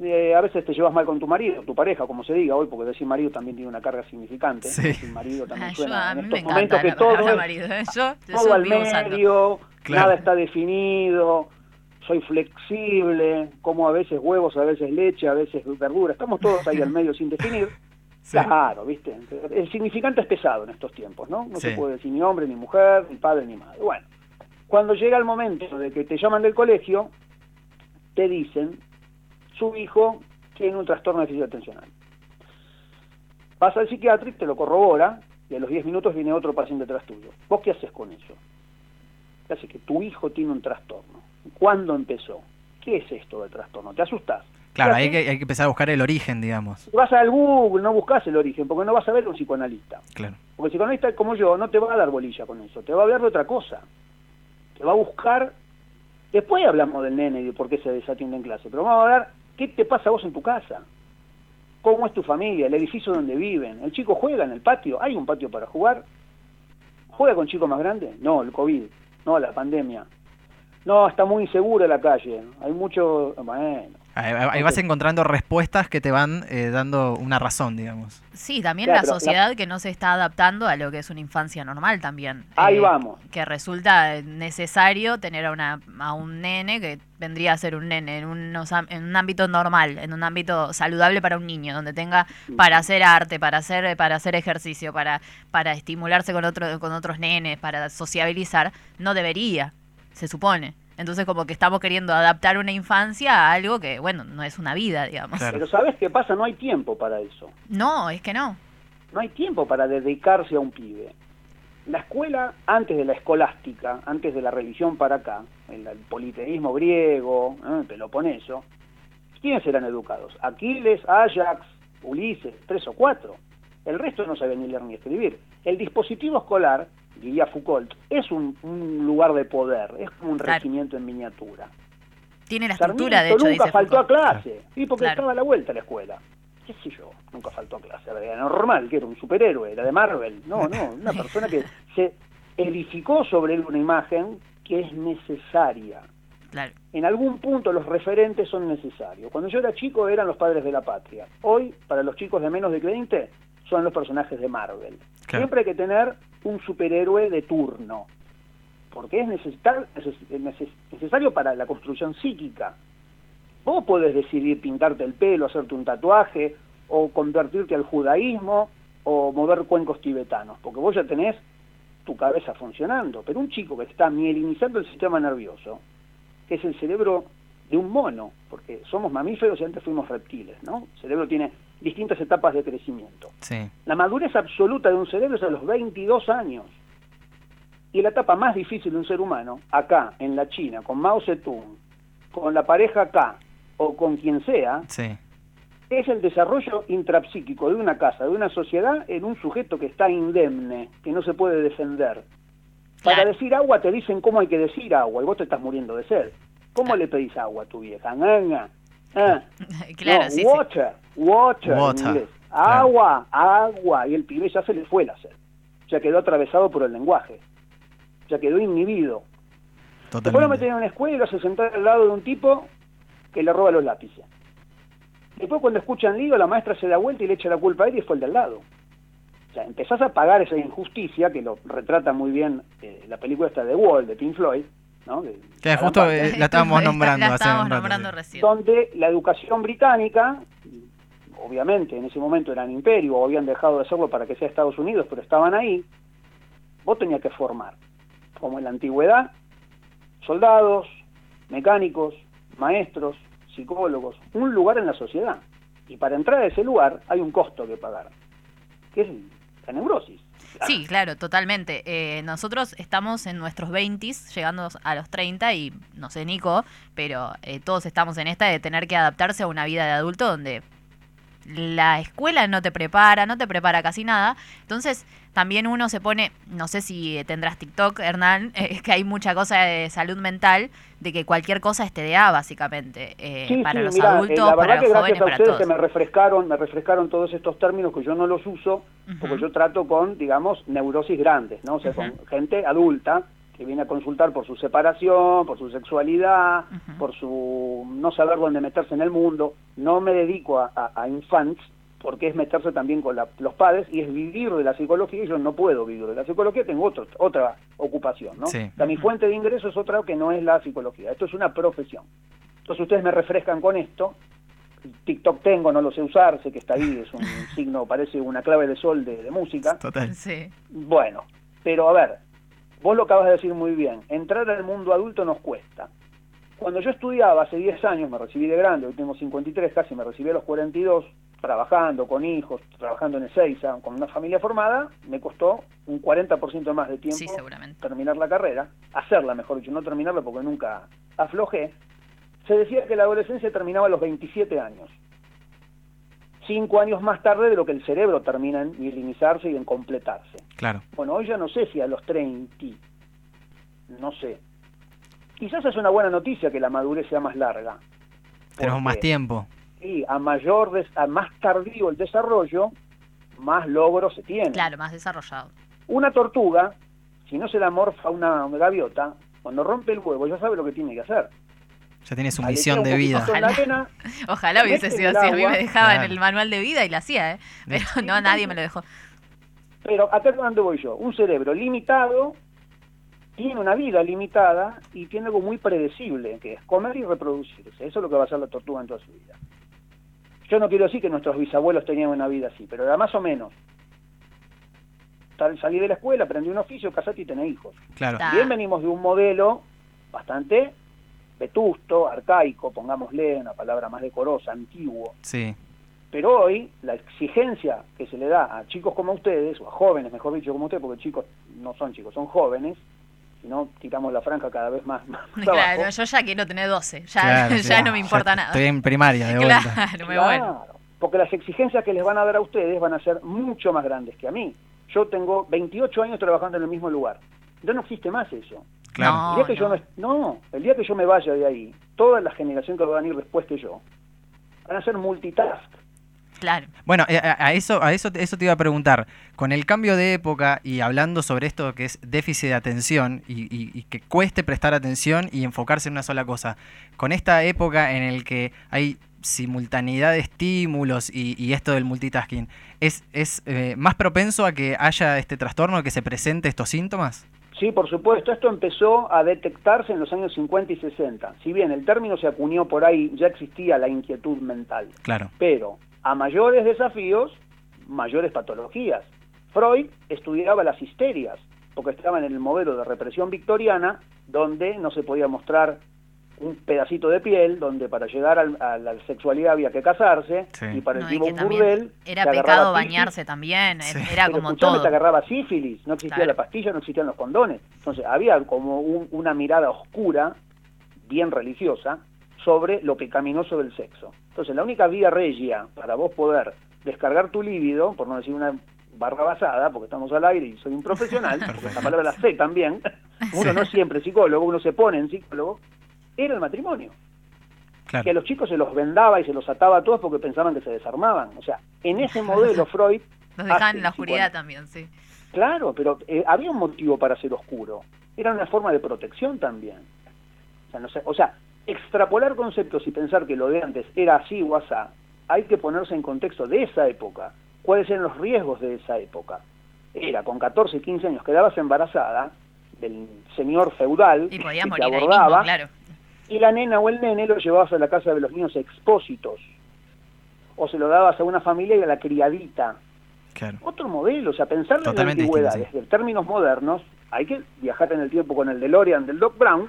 Speaker 5: Eh, a veces te llevas mal con tu marido, tu pareja, como se diga hoy, porque decir marido también tiene una carga significante.
Speaker 1: Sí.
Speaker 5: Decir marido también
Speaker 6: Ah, yo-
Speaker 5: suena
Speaker 6: a
Speaker 5: en
Speaker 6: mí me
Speaker 5: estos
Speaker 6: encanta
Speaker 5: momentos que
Speaker 6: la
Speaker 5: todo
Speaker 6: palabra
Speaker 5: es
Speaker 6: marido. ¿eh? Yo
Speaker 5: todo
Speaker 6: yo
Speaker 5: al
Speaker 6: vivo usando.
Speaker 5: medio,
Speaker 1: Claro.
Speaker 5: nada está definido, soy flexible, como a veces huevos, a veces leche, a veces verdura, estamos todos ahí al medio sin definir.
Speaker 1: Sí.
Speaker 5: Claro, ¿viste? El significante es pesado en estos tiempos, ¿no? No
Speaker 1: Sí.
Speaker 5: se puede decir ni hombre, ni mujer, ni padre, ni madre. Bueno, cuando llega el momento de que te llaman del colegio, te dicen, su hijo tiene un trastorno de déficit atencional. Vas al psiquiatra y te lo corrobora, y a los 10 minutos viene otro paciente atrás tuyo. ¿Vos qué haces con eso? Te hace que tu hijo tiene un trastorno. ¿Cuándo empezó? ¿Qué es esto de trastorno? ¿Te asustás?
Speaker 1: Claro,
Speaker 5: ¿Qué
Speaker 1: hay
Speaker 5: haces?
Speaker 1: que, hay que empezar a buscar el origen, digamos.
Speaker 5: Vas al Google, no buscas el origen, porque no vas a ver un psicoanalista.
Speaker 1: Claro.
Speaker 5: Porque el psicoanalista como yo no te va a dar bolilla con eso, te va a hablar de otra cosa. Te va a buscar, después hablamos del nene y de por qué se desatiende en clase, pero vamos a hablar qué te pasa a vos en tu casa, cómo es tu familia, el edificio donde viven, el chico juega en el patio, hay un patio para jugar, juega con chicos más grandes, no, el COVID, no, la pandemia, no, está muy insegura la calle, hay mucho, bueno,
Speaker 1: Ahí, ahí- ahí vas
Speaker 5: Ok.
Speaker 1: encontrando respuestas que te van eh, dando una razón, digamos.
Speaker 6: Sí, también
Speaker 5: Claro,
Speaker 6: la
Speaker 5: pero la-
Speaker 6: sociedad que no se está adaptando a lo que es una infancia normal también. Eh,
Speaker 5: Ahí
Speaker 2: Eh,
Speaker 5: vamos.
Speaker 6: Que resulta necesario tener a, una, a un nene que vendría a ser un nene en, unos am- en un ámbito normal, en un ámbito saludable para un niño, donde tenga para hacer arte, para hacer, para hacer ejercicio, para, para estimularse con, otro, con otros nenes, para sociabilizar, no debería, se supone. Entonces como que estamos queriendo adaptar una infancia a algo que, bueno, no es una vida, digamos.
Speaker 1: Claro.
Speaker 5: Ah, pero ¿sabes qué pasa? No hay tiempo para eso.
Speaker 6: No, es que no.
Speaker 5: no hay tiempo para dedicarse a un pibe. La escuela, antes de la escolástica, antes de la religión para acá, el, el politeísmo griego, ¿eh? el Peloponeso, ¿quiénes eran educados? Aquiles, Ajax, Ulises, tres o cuatro. El resto no sabía ni leer ni escribir. El dispositivo escolar, diría Foucault, es un, un lugar de poder, es como un
Speaker 6: Claro.
Speaker 5: regimiento en miniatura.
Speaker 6: Tiene la estructura, de
Speaker 5: Sarmiento
Speaker 6: hecho,
Speaker 5: nunca
Speaker 6: dice
Speaker 5: faltó
Speaker 6: Foucault.
Speaker 5: a clase. Y porque
Speaker 6: Claro.
Speaker 5: estaba a la vuelta a la escuela. ¿Qué sé yo? Nunca faltó a clase. Era normal, que era un superhéroe, era de Marvel. No, no, una persona que se edificó sobre él una imagen que es necesaria.
Speaker 6: Claro. <laughs>
Speaker 5: En algún punto los referentes son necesarios. Cuando yo era chico eran los padres de la patria. Hoy, para los chicos de menos de 20, son los personajes de Marvel.
Speaker 7: Claro.
Speaker 5: Siempre hay que tener un superhéroe de turno, porque es necesitar- neces- neces- necesario para la construcción psíquica. Vos podés decidir pintarte el pelo, hacerte un tatuaje, o convertirte al judaísmo, o mover cuencos tibetanos, porque vos ya tenés tu cabeza funcionando. Pero un chico que está mielinizando el sistema nervioso, que es el cerebro de un mono, porque somos mamíferos y antes fuimos reptiles, ¿no? El cerebro tiene distintas etapas de crecimiento.
Speaker 1: Sí.
Speaker 5: La madurez absoluta de un cerebro es a los 22 años. Y la etapa más difícil de un ser humano, acá, en la China, con Mao Zedong, con la pareja acá, o con quien sea,
Speaker 1: Sí.
Speaker 5: es el desarrollo intrapsíquico de una casa, de una sociedad, en un sujeto que está indemne, que no se puede defender. Para
Speaker 2: Claro.
Speaker 5: decir agua te dicen cómo hay que decir agua y vos te estás muriendo de sed.
Speaker 6: Ah.
Speaker 5: ¿Cómo le pedís agua a tu vieja? Nanga. Ah.
Speaker 6: claro,
Speaker 5: No,
Speaker 6: sí, sí.
Speaker 5: water, water, en
Speaker 7: Water,
Speaker 5: inglés.
Speaker 7: claro.
Speaker 5: Agua, agua. Y el pibe ya se le fue la sed. Ya quedó atravesado por el lenguaje. Ya quedó inhibido. Después lo meten
Speaker 7: Totalmente.
Speaker 5: en una escuela y lo hacen sentar al lado de un tipo que le roba los lápices. Después cuando escuchan lío, la maestra se da vuelta y le echa la culpa a él y fue el del lado. O sea, empezás a pagar esa injusticia que lo retrata muy bien eh, la película esta de Wall, de Pink Floyd, ¿no? De-
Speaker 1: Que
Speaker 5: Alan
Speaker 1: justo
Speaker 5: Parker
Speaker 1: eh, la estábamos nombrando
Speaker 6: <laughs> La
Speaker 1: hace un
Speaker 6: estábamos
Speaker 1: rato,
Speaker 6: nombrando
Speaker 1: sí.
Speaker 6: recién.
Speaker 5: donde la educación británica, obviamente en ese momento eran imperio o habían dejado de serlo para que sea Estados Unidos, pero estaban ahí, vos tenías que formar, como en la antigüedad, soldados, mecánicos, maestros, psicólogos, un lugar en la sociedad. Y para entrar a ese lugar hay un costo que pagar, que es la neurosis.
Speaker 6: Sí, claro, totalmente. Eh, nosotros estamos en nuestros 20, llegando a los 30 y no sé, Nico, pero eh, todos estamos en esta de tener que adaptarse a una vida de adulto donde la escuela no te prepara, no te prepara casi nada. Entonces, también uno se pone, no sé si eh, tendrás TikTok, Hernán, <laughs> es que hay mucha cosa de salud mental, de que cualquier cosa es TDA, básicamente, eh,
Speaker 5: Sí,
Speaker 6: para
Speaker 5: sí,
Speaker 6: los
Speaker 5: mirá, eh,
Speaker 6: adultos,
Speaker 5: la
Speaker 6: para
Speaker 5: verdad
Speaker 6: los
Speaker 5: que
Speaker 6: jóvenes,
Speaker 5: gracias a
Speaker 6: para
Speaker 5: ustedes
Speaker 6: todos.
Speaker 5: que me refrescaron, me refrescaron todos estos términos que yo no los uso, porque
Speaker 6: Ujú.
Speaker 5: yo trato con, digamos, neurosis grandes, ¿no? O sea, con gente adulta que viene a consultar por su separación, por su sexualidad,
Speaker 6: Ujú.
Speaker 5: por su no saber dónde meterse en el mundo. No me dedico a, a, a infantes porque es meterse también con la- los padres y es vivir de la psicología y yo no puedo vivir de la psicología, tengo otro, otra ocupación, ¿no?
Speaker 1: Sí.
Speaker 5: O sea, mi fuente de ingreso es otra que no es la psicología, esto es una profesión. Entonces ustedes me refrescan con esto. TikTok tengo, no lo sé usar, sé que está ahí, es un signo, parece una clave de sol de, de música.
Speaker 7: Total.
Speaker 6: Sí.
Speaker 5: Bueno, pero a ver, vos lo acabas de decir muy bien, entrar al mundo adulto nos cuesta. Cuando yo estudiaba hace 10 años, me recibí de grande, hoy tengo 53, casi me recibí a los 42, trabajando con hijos, trabajando en Ezeiza, con una familia formada, me costó un 40% más de tiempo
Speaker 6: Sí, seguramente.
Speaker 5: terminar la carrera, hacerla mejor dicho, no terminarla porque nunca aflojé, se decía que la adolescencia terminaba a los 27 años. Cinco años más tarde de lo que el cerebro termina en minimizarse y en completarse.
Speaker 1: Claro.
Speaker 5: Bueno, hoy ya no sé si a los 30, no sé. Quizás es una buena noticia que la madurez sea más larga.
Speaker 1: Tenemos
Speaker 5: Porque,
Speaker 1: más tiempo.
Speaker 5: Sí, a mayor, des- a más tardío el desarrollo, más logro se tiene.
Speaker 6: Claro, más desarrollado.
Speaker 5: Una tortuga, si no se la morfa una gaviota, cuando rompe el huevo ya sabe lo que tiene que hacer.
Speaker 1: Ya tiene su
Speaker 5: Aletea
Speaker 1: misión
Speaker 5: un
Speaker 1: de vida.
Speaker 5: poquito en la
Speaker 6: Ojalá.
Speaker 5: arena,
Speaker 6: Ojalá
Speaker 5: Te
Speaker 6: hubiese
Speaker 5: meten
Speaker 6: sido
Speaker 5: el
Speaker 6: así. A mí
Speaker 5: agua.
Speaker 6: me dejaban
Speaker 1: Claro.
Speaker 6: el manual de vida y la hacía, ¿eh? Pero no, nadie me lo dejó.
Speaker 5: Pero acá es donde voy yo. Un cerebro limitado tiene una vida limitada y tiene algo muy predecible, que es comer y reproducirse. Eso es lo que va a hacer la tortuga en toda su vida. Yo no quiero decir que nuestros bisabuelos tenían una vida así, pero era más o menos. Tal- Salí de la escuela, aprendí un oficio, casate y tener hijos.
Speaker 1: Claro.
Speaker 6: Ta. Ah.
Speaker 5: Bien venimos de un modelo bastante vetusto, arcaico, pongámosle una palabra más decorosa, antiguo.
Speaker 1: Sí.
Speaker 5: Pero hoy la exigencia que se le da a chicos como ustedes, o a jóvenes, mejor dicho, como ustedes, porque chicos no son chicos, son jóvenes, si no tiramos la franja cada vez más, <laughs> más abajo.
Speaker 6: Claro, yo ya quiero tener 12. Ya, <laughs>
Speaker 1: Claro,
Speaker 6: ya
Speaker 1: sí.
Speaker 6: no me importa
Speaker 1: Ya
Speaker 6: nada.
Speaker 1: Estoy en primaria de vuelta.
Speaker 6: Claro, me
Speaker 5: Claro,
Speaker 6: bueno.
Speaker 5: porque las exigencias que les van a dar a ustedes van a ser mucho más grandes que a mí. Yo tengo 28 años trabajando en el mismo lugar. Ya no existe más eso.
Speaker 1: Claro.
Speaker 6: No.
Speaker 5: El día que yo no, est- no, el día que yo me vaya de ahí, toda la generación que va a venir después que yo, van a ser multitask.
Speaker 6: Claro.
Speaker 1: Bueno, eh, a, a eso, a eso, eso te iba a preguntar. Con el cambio de época y hablando sobre esto que es déficit de atención y, y- y que cueste prestar atención y enfocarse en una sola cosa. Con esta época en el que hay simultaneidad de estímulos y, y esto del multitasking, ¿es, es eh, más propenso a que haya este trastorno, que se presente estos síntomas?
Speaker 5: Sí, por supuesto, esto empezó a detectarse en los años 50 y 60. Si bien el término se acuñó por ahí, ya existía la inquietud mental.
Speaker 1: Claro.
Speaker 5: Pero a mayores desafíos, mayores patologías. Freud estudiaba las histerias, porque estaban en el modelo de represión victoriana, donde no se podía mostrar un pedacito de piel, donde para llegar al- a la sexualidad había que casarse,
Speaker 1: Sí.
Speaker 5: y para el
Speaker 6: No, y
Speaker 5: tipo
Speaker 6: que
Speaker 5: un
Speaker 6: también
Speaker 5: burdel...
Speaker 6: era
Speaker 5: te agarraba
Speaker 6: pecado
Speaker 5: sífilis,
Speaker 6: bañarse también, eh,
Speaker 1: Sí.
Speaker 6: era
Speaker 5: pero
Speaker 6: como
Speaker 5: escuchame,
Speaker 6: todo.
Speaker 5: te agarraba sífilis, no existía
Speaker 6: Claro.
Speaker 5: la pastilla, no existían los condones. Entonces había como un- una mirada oscura, bien religiosa, sobre lo pecaminoso del sexo. Entonces la única vía regia para vos poder descargar tu líbido, por no decir una barra basada, porque estamos al aire y soy
Speaker 6: <laughs>
Speaker 5: un profesional, porque esta palabra la sé también, uno
Speaker 1: Sí.
Speaker 5: no es siempre psicólogo, uno se pone en psicólogo, era el matrimonio que a los chicos se los vendaba y se los ataba a todos porque pensaban que se desarmaban. O sea, en ese modelo Freud...
Speaker 6: Los dejaban
Speaker 5: hace
Speaker 6: en la oscuridad
Speaker 5: 50.
Speaker 6: también, sí.
Speaker 5: Claro, pero eh, había un motivo para ser oscuro. Era una forma de protección también. O sea, no sé, o sea, extrapolar conceptos y pensar que lo de antes era así o asá, hay que ponerse en contexto de esa época. ¿Cuáles eran los riesgos de esa época? Era, con 14, 15 años quedabas embarazada del señor feudal
Speaker 6: Y podías
Speaker 5: que te
Speaker 6: morir ahí
Speaker 5: abordaba,
Speaker 6: mismo, claro.
Speaker 5: y la nena o el nene lo llevabas a la casa de los niños expósitos. O se lo dabas a una familia y a la criadita.
Speaker 1: Claro.
Speaker 5: Otro modelo, o sea, pensar en la
Speaker 1: Totalmente
Speaker 5: antigüedad
Speaker 1: distinto, sí.
Speaker 5: desde términos modernos, hay que viajar en el tiempo con el DeLorean del Doc Brown,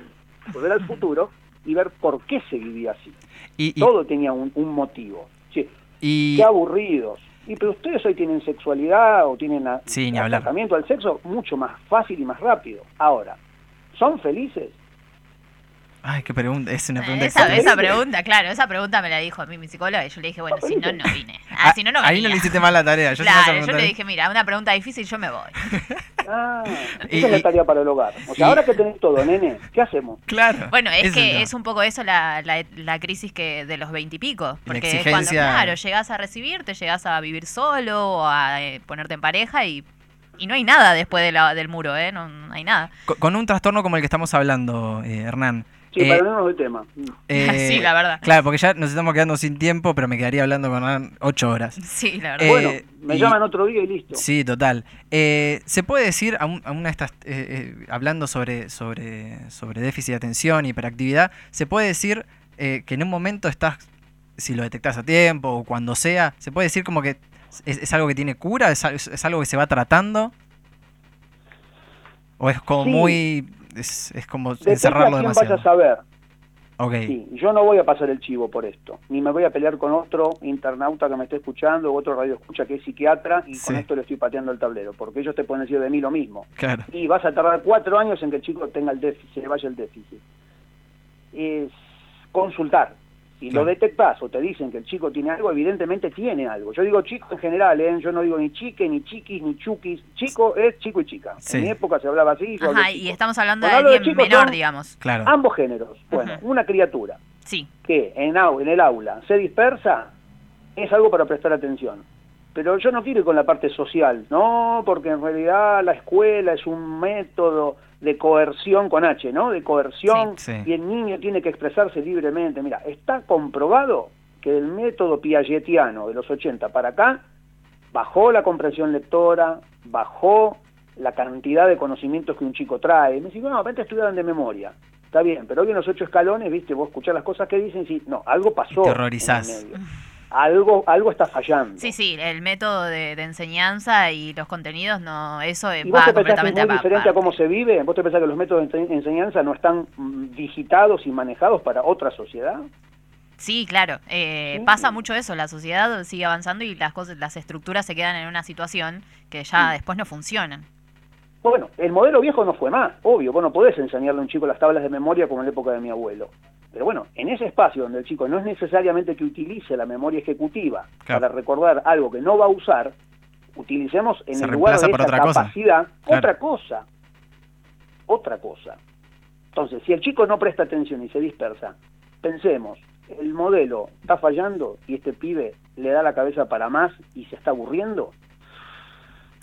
Speaker 1: <laughs>
Speaker 5: volver al futuro y ver por qué se vivía así.
Speaker 1: Y, y-
Speaker 5: Todo tenía un, un motivo. Sí,
Speaker 1: y-
Speaker 5: qué aburridos. Y pero ustedes hoy tienen sexualidad o tienen a-
Speaker 1: Sí, ni hablar.
Speaker 5: acercamiento al sexo mucho más fácil y más rápido. Ahora, ¿son felices?
Speaker 1: ay, qué pregunta. Es una pregunta
Speaker 6: Esa,
Speaker 1: excelente.
Speaker 6: esa pregunta, claro, esa pregunta me la dijo a mí mi psicóloga y yo le dije, bueno, si no, no vine. Ah,
Speaker 1: Ah,
Speaker 6: si no, no
Speaker 1: ahí no
Speaker 6: venía.
Speaker 1: le hiciste mal la tarea. Yo, se la
Speaker 6: Claro, yo le
Speaker 1: preguntaré.
Speaker 6: dije, mira, una pregunta difícil, yo me voy.
Speaker 1: <laughs>
Speaker 5: Ah,
Speaker 1: Y-
Speaker 5: esa es
Speaker 1: y-
Speaker 5: la tarea para el hogar. O sea,
Speaker 1: y-
Speaker 5: ahora que tenés todo, nene, ¿qué hacemos?
Speaker 1: Claro.
Speaker 6: Bueno,
Speaker 1: <laughs>
Speaker 6: es
Speaker 1: Ese el
Speaker 6: que
Speaker 1: tema.
Speaker 6: es un poco eso la, la- la crisis que de los veintipico. Porque es cuando,
Speaker 1: exigencia.
Speaker 6: claro, llegás a recibirte, llegás a vivir solo o a eh, ponerte en pareja y, y no hay nada después de la- del muro, ¿eh? No, no hay nada.
Speaker 1: Co- Con un trastorno como el que estamos hablando, eh, Hernán.
Speaker 5: Sí,
Speaker 1: Eh,
Speaker 5: para no irnos del tema.
Speaker 1: eh,
Speaker 6: <laughs> sí, la verdad.
Speaker 1: Claro, porque ya nos estamos quedando sin tiempo, pero me quedaría hablando con Hernán ocho horas.
Speaker 6: Sí, la verdad.
Speaker 1: Eh,
Speaker 5: bueno, me
Speaker 1: y-
Speaker 5: llaman otro día y listo.
Speaker 1: Sí, total. Eh, ¿Se puede decir, a, un- a una de estas, eh, eh, hablando sobre, sobre, sobre déficit de atención, hiperactividad, se puede decir eh, que en un momento estás, si lo detectas a tiempo o cuando sea, se puede decir como que es, es algo que tiene cura, es, al- es algo que se va tratando? ¿O es como
Speaker 5: Sí.
Speaker 1: muy... Es, es como
Speaker 5: Depende
Speaker 1: encerrarlo
Speaker 5: a quién vayas
Speaker 1: demasiado?
Speaker 5: a ver.
Speaker 1: Ok.
Speaker 5: Sí, yo no voy a pasar el chivo por esto, ni me voy a pelear con otro internauta que me esté escuchando o otro radio escucha que es psiquiatra y
Speaker 1: Sí.
Speaker 5: con esto le estoy pateando el tablero, porque ellos te pueden decir de mí lo mismo.
Speaker 1: Claro.
Speaker 5: Y vas a tardar cuatro años en que el chico tenga el déficit, se le vaya el déficit. Es consultar. Si
Speaker 1: Claro.
Speaker 5: lo detectás o te dicen que el chico tiene algo, evidentemente tiene algo. Yo digo chico en general, ¿eh? yo no digo ni chique, ni chiquis, ni chuquis. Chico es chico y chica.
Speaker 1: Sí.
Speaker 5: En mi época se hablaba así. yo hablo
Speaker 6: Ajá,
Speaker 5: de
Speaker 6: y
Speaker 5: chico.
Speaker 6: estamos hablando de
Speaker 5: Cuando hablo de
Speaker 6: alguien
Speaker 5: chicos,
Speaker 6: menor,
Speaker 5: son-
Speaker 6: digamos.
Speaker 1: Claro.
Speaker 5: Ambos géneros. Bueno,
Speaker 6: Ajá.
Speaker 5: una criatura
Speaker 6: Sí,
Speaker 5: que en, au- en el aula se dispersa es algo para prestar atención. Pero yo no quiero ir con la parte social, no, porque en realidad la escuela es un método de coerción con H, ¿no? De coerción
Speaker 1: Sí, sí.
Speaker 5: y el niño tiene que expresarse libremente. Mira, está comprobado que el método piagetiano de los 80 para acá bajó la comprensión lectora, bajó la cantidad de conocimientos que un chico trae. Me dicen, no, vente estudiaban de memoria. Está bien, pero hoy en los ocho escalones, viste, vos escuchás las cosas que dicen y decís, no, algo pasó.
Speaker 1: Te horrorizás.
Speaker 5: en el medio. Algo, algo está fallando.
Speaker 6: sí, sí, el método de, de enseñanza y los contenidos, no, eso eh,
Speaker 5: Y vos
Speaker 6: va
Speaker 5: te pensás que es
Speaker 6: completamente
Speaker 5: muy
Speaker 6: apa-
Speaker 5: diferente a cómo
Speaker 6: aparte.
Speaker 5: se vive, vos te pensás que los métodos de ense- enseñanza no están mm, digitados y manejados para otra sociedad.
Speaker 6: Sí, claro. eh,
Speaker 5: Sí.
Speaker 6: Pasa mucho eso. La sociedad sigue avanzando y las cosas, las estructuras se quedan en una situación que
Speaker 5: Mm.
Speaker 6: ya después no funcionan.
Speaker 5: Bueno, el modelo viejo no fue más, obvio, vos no podés enseñarle a un chico las tablas de memoria como en la época de mi abuelo. Pero bueno, en ese espacio donde el chico no es necesariamente que utilice la memoria ejecutiva
Speaker 1: Claro.
Speaker 5: para recordar algo que no va a usar, utilicemos en
Speaker 1: Se
Speaker 5: el lugar
Speaker 1: reemplaza
Speaker 5: de
Speaker 1: por
Speaker 5: esa
Speaker 1: otra cosa.
Speaker 5: capacidad
Speaker 1: Claro.
Speaker 5: otra cosa. Otra cosa. Entonces, si el chico no presta atención y se dispersa, pensemos, el modelo está fallando y este pibe le da la cabeza para más y se está aburriendo,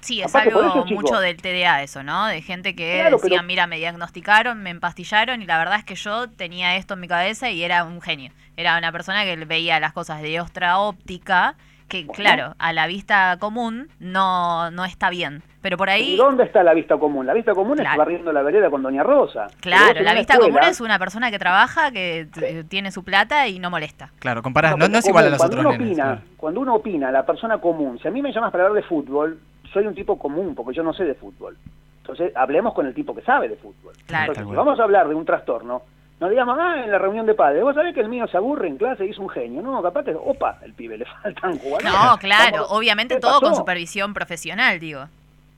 Speaker 2: Sí, es
Speaker 5: Aparte, por
Speaker 2: algo
Speaker 5: eso, chico.
Speaker 2: mucho del TDA eso, ¿no? De gente que
Speaker 5: Claro,
Speaker 2: decía,
Speaker 5: pero-
Speaker 2: mira, me diagnosticaron, me empastillaron y la verdad es que yo tenía esto en mi cabeza y era un genio. Era una persona que veía las cosas de ostra óptica, que
Speaker 5: Bueno.
Speaker 2: claro, a la vista común no, no está bien. Pero por
Speaker 5: ¿Y
Speaker 2: ahí,
Speaker 5: dónde está la vista común? La vista común es
Speaker 2: Claro.
Speaker 5: barriendo la vereda con Doña Rosa. Pero vos
Speaker 2: claro,
Speaker 5: en
Speaker 2: la
Speaker 5: una
Speaker 2: vista
Speaker 5: escuela-
Speaker 2: común es una persona que trabaja, que t- tiene su plata y no molesta.
Speaker 1: Claro, comparás, no,
Speaker 5: pero
Speaker 1: no es
Speaker 5: común,
Speaker 1: igual a los
Speaker 5: cuando
Speaker 1: otros
Speaker 5: uno
Speaker 1: nenes,
Speaker 5: opina,
Speaker 1: claro.
Speaker 5: Cuando uno opina, la persona común, si a mí me llamas para hablar de fútbol, soy un tipo común, porque yo no sé de fútbol. Entonces, hablemos con el tipo que sabe de fútbol.
Speaker 2: Claro.
Speaker 5: Entonces,
Speaker 1: Tal
Speaker 5: si
Speaker 1: cual.
Speaker 5: vamos a hablar de un trastorno, no digamos, ah, en la reunión de padres, vos sabés que el mío se aburre en clase y es un genio. No, capaz que, opa, el pibe le <laughs> faltan jugadores.
Speaker 2: No, claro,
Speaker 5: Vamos,
Speaker 2: obviamente
Speaker 5: ¿qué
Speaker 2: todo con
Speaker 5: pasó?
Speaker 2: supervisión profesional, digo.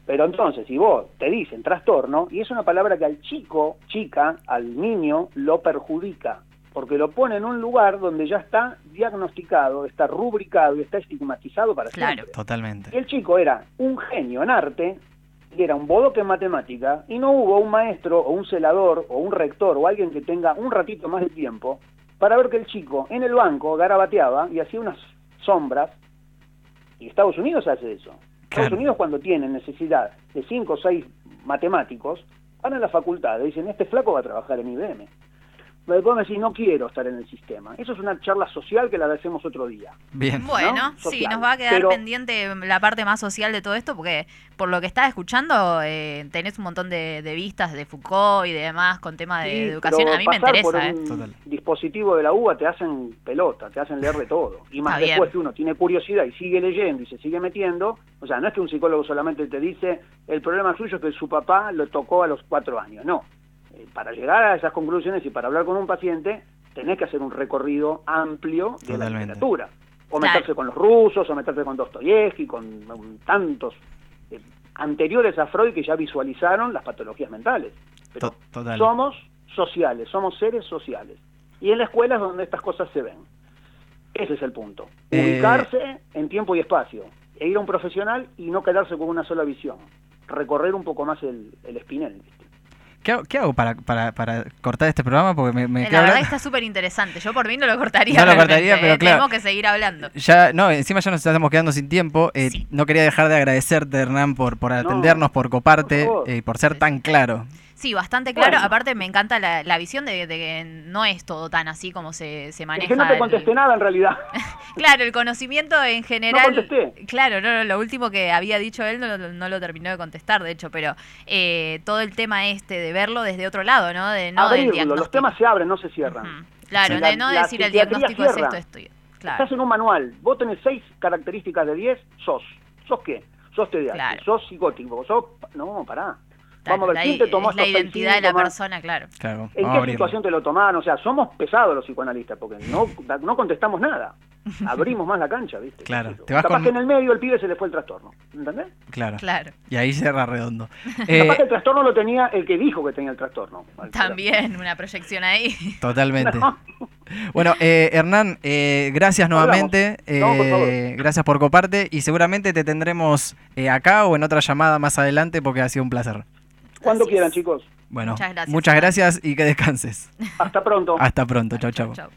Speaker 5: Pero entonces, si vos te dicen trastorno, y es una palabra que al chico, chica, al niño, lo perjudica, porque lo pone en un lugar donde ya está diagnosticado, está rubricado y está estigmatizado para
Speaker 2: Claro.
Speaker 5: siempre. Y
Speaker 1: Totalmente.
Speaker 5: el chico era un genio en arte, y era un bodoque en matemática, y no hubo un maestro o un celador o un rector o alguien que tenga un ratito más de tiempo para ver que el chico en el banco garabateaba y hacía unas sombras. Y Estados Unidos hace eso. Estados
Speaker 1: Claro.
Speaker 5: Unidos cuando tienen necesidad de cinco o seis matemáticos, van a la facultad y dicen, este flaco va a trabajar en IBM. Pero Después me decís, no quiero estar en el sistema. Eso es una charla social que la hacemos otro día.
Speaker 1: Bien.
Speaker 2: Bueno,
Speaker 5: ¿no?
Speaker 2: sí,
Speaker 5: Social.
Speaker 2: nos va a quedar
Speaker 5: Pero-
Speaker 2: pendiente la parte más social de todo esto, porque por lo que estás escuchando, eh, tenés un montón de, de vistas de Foucault y de demás con temas de
Speaker 5: Sí,
Speaker 2: educación.
Speaker 5: pero
Speaker 2: A mí me
Speaker 5: pasar por
Speaker 2: interesa, ¿eh?
Speaker 5: un
Speaker 1: Total.
Speaker 5: dispositivo de la UBA te hacen pelota, te hacen leer de todo. Y más
Speaker 2: Está bien.
Speaker 5: después que uno tiene curiosidad y sigue leyendo y se sigue metiendo, o sea, no es que un psicólogo solamente te dice el problema suyo es que su papá lo tocó a los cuatro años, no. Eh, Para llegar a esas conclusiones y para hablar con un paciente, tenés que hacer un recorrido amplio de la
Speaker 1: Totalmente.
Speaker 5: literatura. O
Speaker 2: Claro.
Speaker 5: meterse con los rusos, o meterse con Dostoyevsky, con mm, tantos eh, anteriores a Freud que ya visualizaron las patologías mentales. Pero
Speaker 1: To- total.
Speaker 5: somos sociales, somos seres sociales. Y en la escuela es donde estas cosas se ven. Ese es el punto.
Speaker 1: Eh.
Speaker 5: Ubicarse en tiempo y espacio. E ir a un profesional y no quedarse con una sola visión. Recorrer un poco más el, el espinel. ¿viste?
Speaker 1: ¿Qué hago, qué hago para, para, para cortar este programa? Porque me, me
Speaker 2: Eh,
Speaker 1: quedo
Speaker 2: La verdad
Speaker 1: hablando-
Speaker 2: está súper interesante. Yo por mí no lo cortaría.
Speaker 1: No lo
Speaker 2: realmente,
Speaker 1: cortaría,
Speaker 2: ¿eh?
Speaker 1: pero claro.
Speaker 2: Tenemos que seguir hablando.
Speaker 1: Ya, no, encima ya nos estamos quedando sin tiempo. Eh, No quería dejar de agradecerte, Hernán, por, por atendernos, por coparte eh,
Speaker 5: por
Speaker 1: y
Speaker 5: favor.
Speaker 1: por ser tan claro.
Speaker 2: Sí, bastante claro.
Speaker 5: Bueno.
Speaker 2: Aparte, me encanta la, la visión de, de que no es todo tan así como se, se maneja.
Speaker 5: Es que no te
Speaker 2: el-
Speaker 5: contesté nada en realidad.
Speaker 2: Claro, el conocimiento en general.
Speaker 5: contesté.
Speaker 2: Claro, no, no, lo último que había dicho él no, lo- no lo terminó de contestar, de hecho, pero eh, todo el tema este de verlo desde otro lado, ¿no? De <laughs> no del
Speaker 5: Abrirlo. Los
Speaker 2: diagnóstico.
Speaker 5: temas se abren, no se cierran.
Speaker 2: Ujú. Claro,
Speaker 5: La-
Speaker 2: de no
Speaker 5: la
Speaker 2: decir el
Speaker 5: psiquiatría
Speaker 2: diagnóstico es
Speaker 5: cierra.
Speaker 2: esto, esto. y- Claro.
Speaker 5: Estás en un manual, vos tenés seis características de diez, sos. ¿Sos qué? Sos TDAH,
Speaker 2: Claro.
Speaker 5: sos psicótico, sos... No, pará.
Speaker 2: claro,
Speaker 5: Vamos a ver,
Speaker 2: la,
Speaker 5: ¿quién te tomó
Speaker 2: es la
Speaker 5: estos seis
Speaker 2: identidad de la
Speaker 5: síntomas?
Speaker 2: persona,
Speaker 5: <laughs>
Speaker 2: claro.
Speaker 1: Claro, vamos
Speaker 5: ¿En
Speaker 1: a
Speaker 5: qué
Speaker 1: abrirlo.
Speaker 5: situación te lo tomaban? O sea, somos pesados los psicoanalistas porque no, no
Speaker 1: <laughs>
Speaker 5: contestamos nada. Abrimos más la cancha, ¿viste?
Speaker 1: Claro,
Speaker 5: Qué sé yo.
Speaker 1: te vas
Speaker 5: Capaz
Speaker 1: con- Eh,
Speaker 5: que en el medio el pibe se le fue el trastorno. ¿Entendés?
Speaker 1: Claro.
Speaker 2: Claro.
Speaker 1: Y ahí cierra redondo. Eh,
Speaker 5: Capaz que el trastorno lo tenía el que dijo que tenía el trastorno.
Speaker 2: También una proyección ahí. <laughs>
Speaker 1: totalmente. Bueno, eh, Hernán, eh, gracias
Speaker 5: Hablamos.
Speaker 1: nuevamente.
Speaker 5: No, por favor.
Speaker 1: eh, gracias por coparte y seguramente te tendremos eh, acá o en otra llamada más adelante porque ha sido un placer.
Speaker 5: Cuando
Speaker 2: Así
Speaker 5: quieran,
Speaker 2: es.
Speaker 5: chicos.
Speaker 1: Bueno,
Speaker 2: Muchas gracias,
Speaker 1: muchas
Speaker 2: Hernán.
Speaker 1: gracias y que descanses.
Speaker 5: Hasta pronto.
Speaker 1: Hasta pronto. Chau, chau.
Speaker 2: Chau.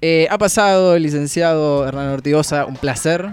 Speaker 1: Eh, ha pasado el licenciado Hernán Ortigosa, un placer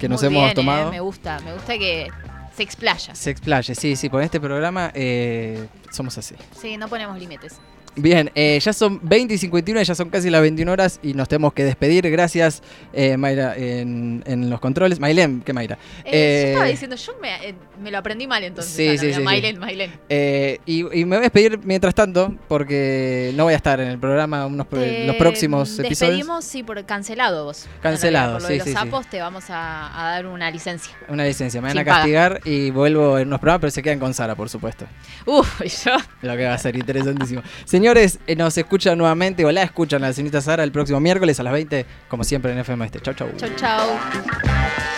Speaker 1: que nos
Speaker 8: Muy
Speaker 1: hemos
Speaker 8: bien, eh,
Speaker 1: tomado.
Speaker 8: Me gusta, me gusta que se explaya.
Speaker 1: Se explaye, sí, sí, con este programa eh, somos así.
Speaker 8: Sí, no ponemos límites.
Speaker 1: Bien, eh, ya son 20 y 51, ya son casi las 21 horas y nos tenemos que despedir. Gracias, eh, Mayra, en, en los controles. Mailem, ¿qué Mayra?
Speaker 8: Eh,
Speaker 1: Eh,
Speaker 8: yo estaba diciendo, yo me, eh, me lo aprendí mal entonces.
Speaker 1: Sí,
Speaker 8: Ana,
Speaker 1: sí,
Speaker 8: mira,
Speaker 1: sí, sí.
Speaker 8: Mailen, Mailen.
Speaker 1: Eh, y, y me voy a despedir mientras tanto porque no voy a estar en el programa unos, pro- los
Speaker 8: Te
Speaker 1: próximos episodios.
Speaker 8: Despedimos, sí, por cancelado vos.
Speaker 1: Cancelado,
Speaker 8: Por lo
Speaker 1: sí,
Speaker 8: de los
Speaker 1: sí, sí.
Speaker 8: sapos te vamos a, a dar una licencia.
Speaker 1: Una licencia, me van
Speaker 8: Sin
Speaker 1: a castigar y vuelvo en unos programas, pero se quedan con Sara, por supuesto.
Speaker 8: Uf, y yo.
Speaker 1: Lo que va a ser interesantísimo. Señores, eh, nos escuchan nuevamente o la escuchan la señorita Sara el próximo miércoles a las 20, como siempre en FM Este. Chau, chau.
Speaker 8: Chau, chau.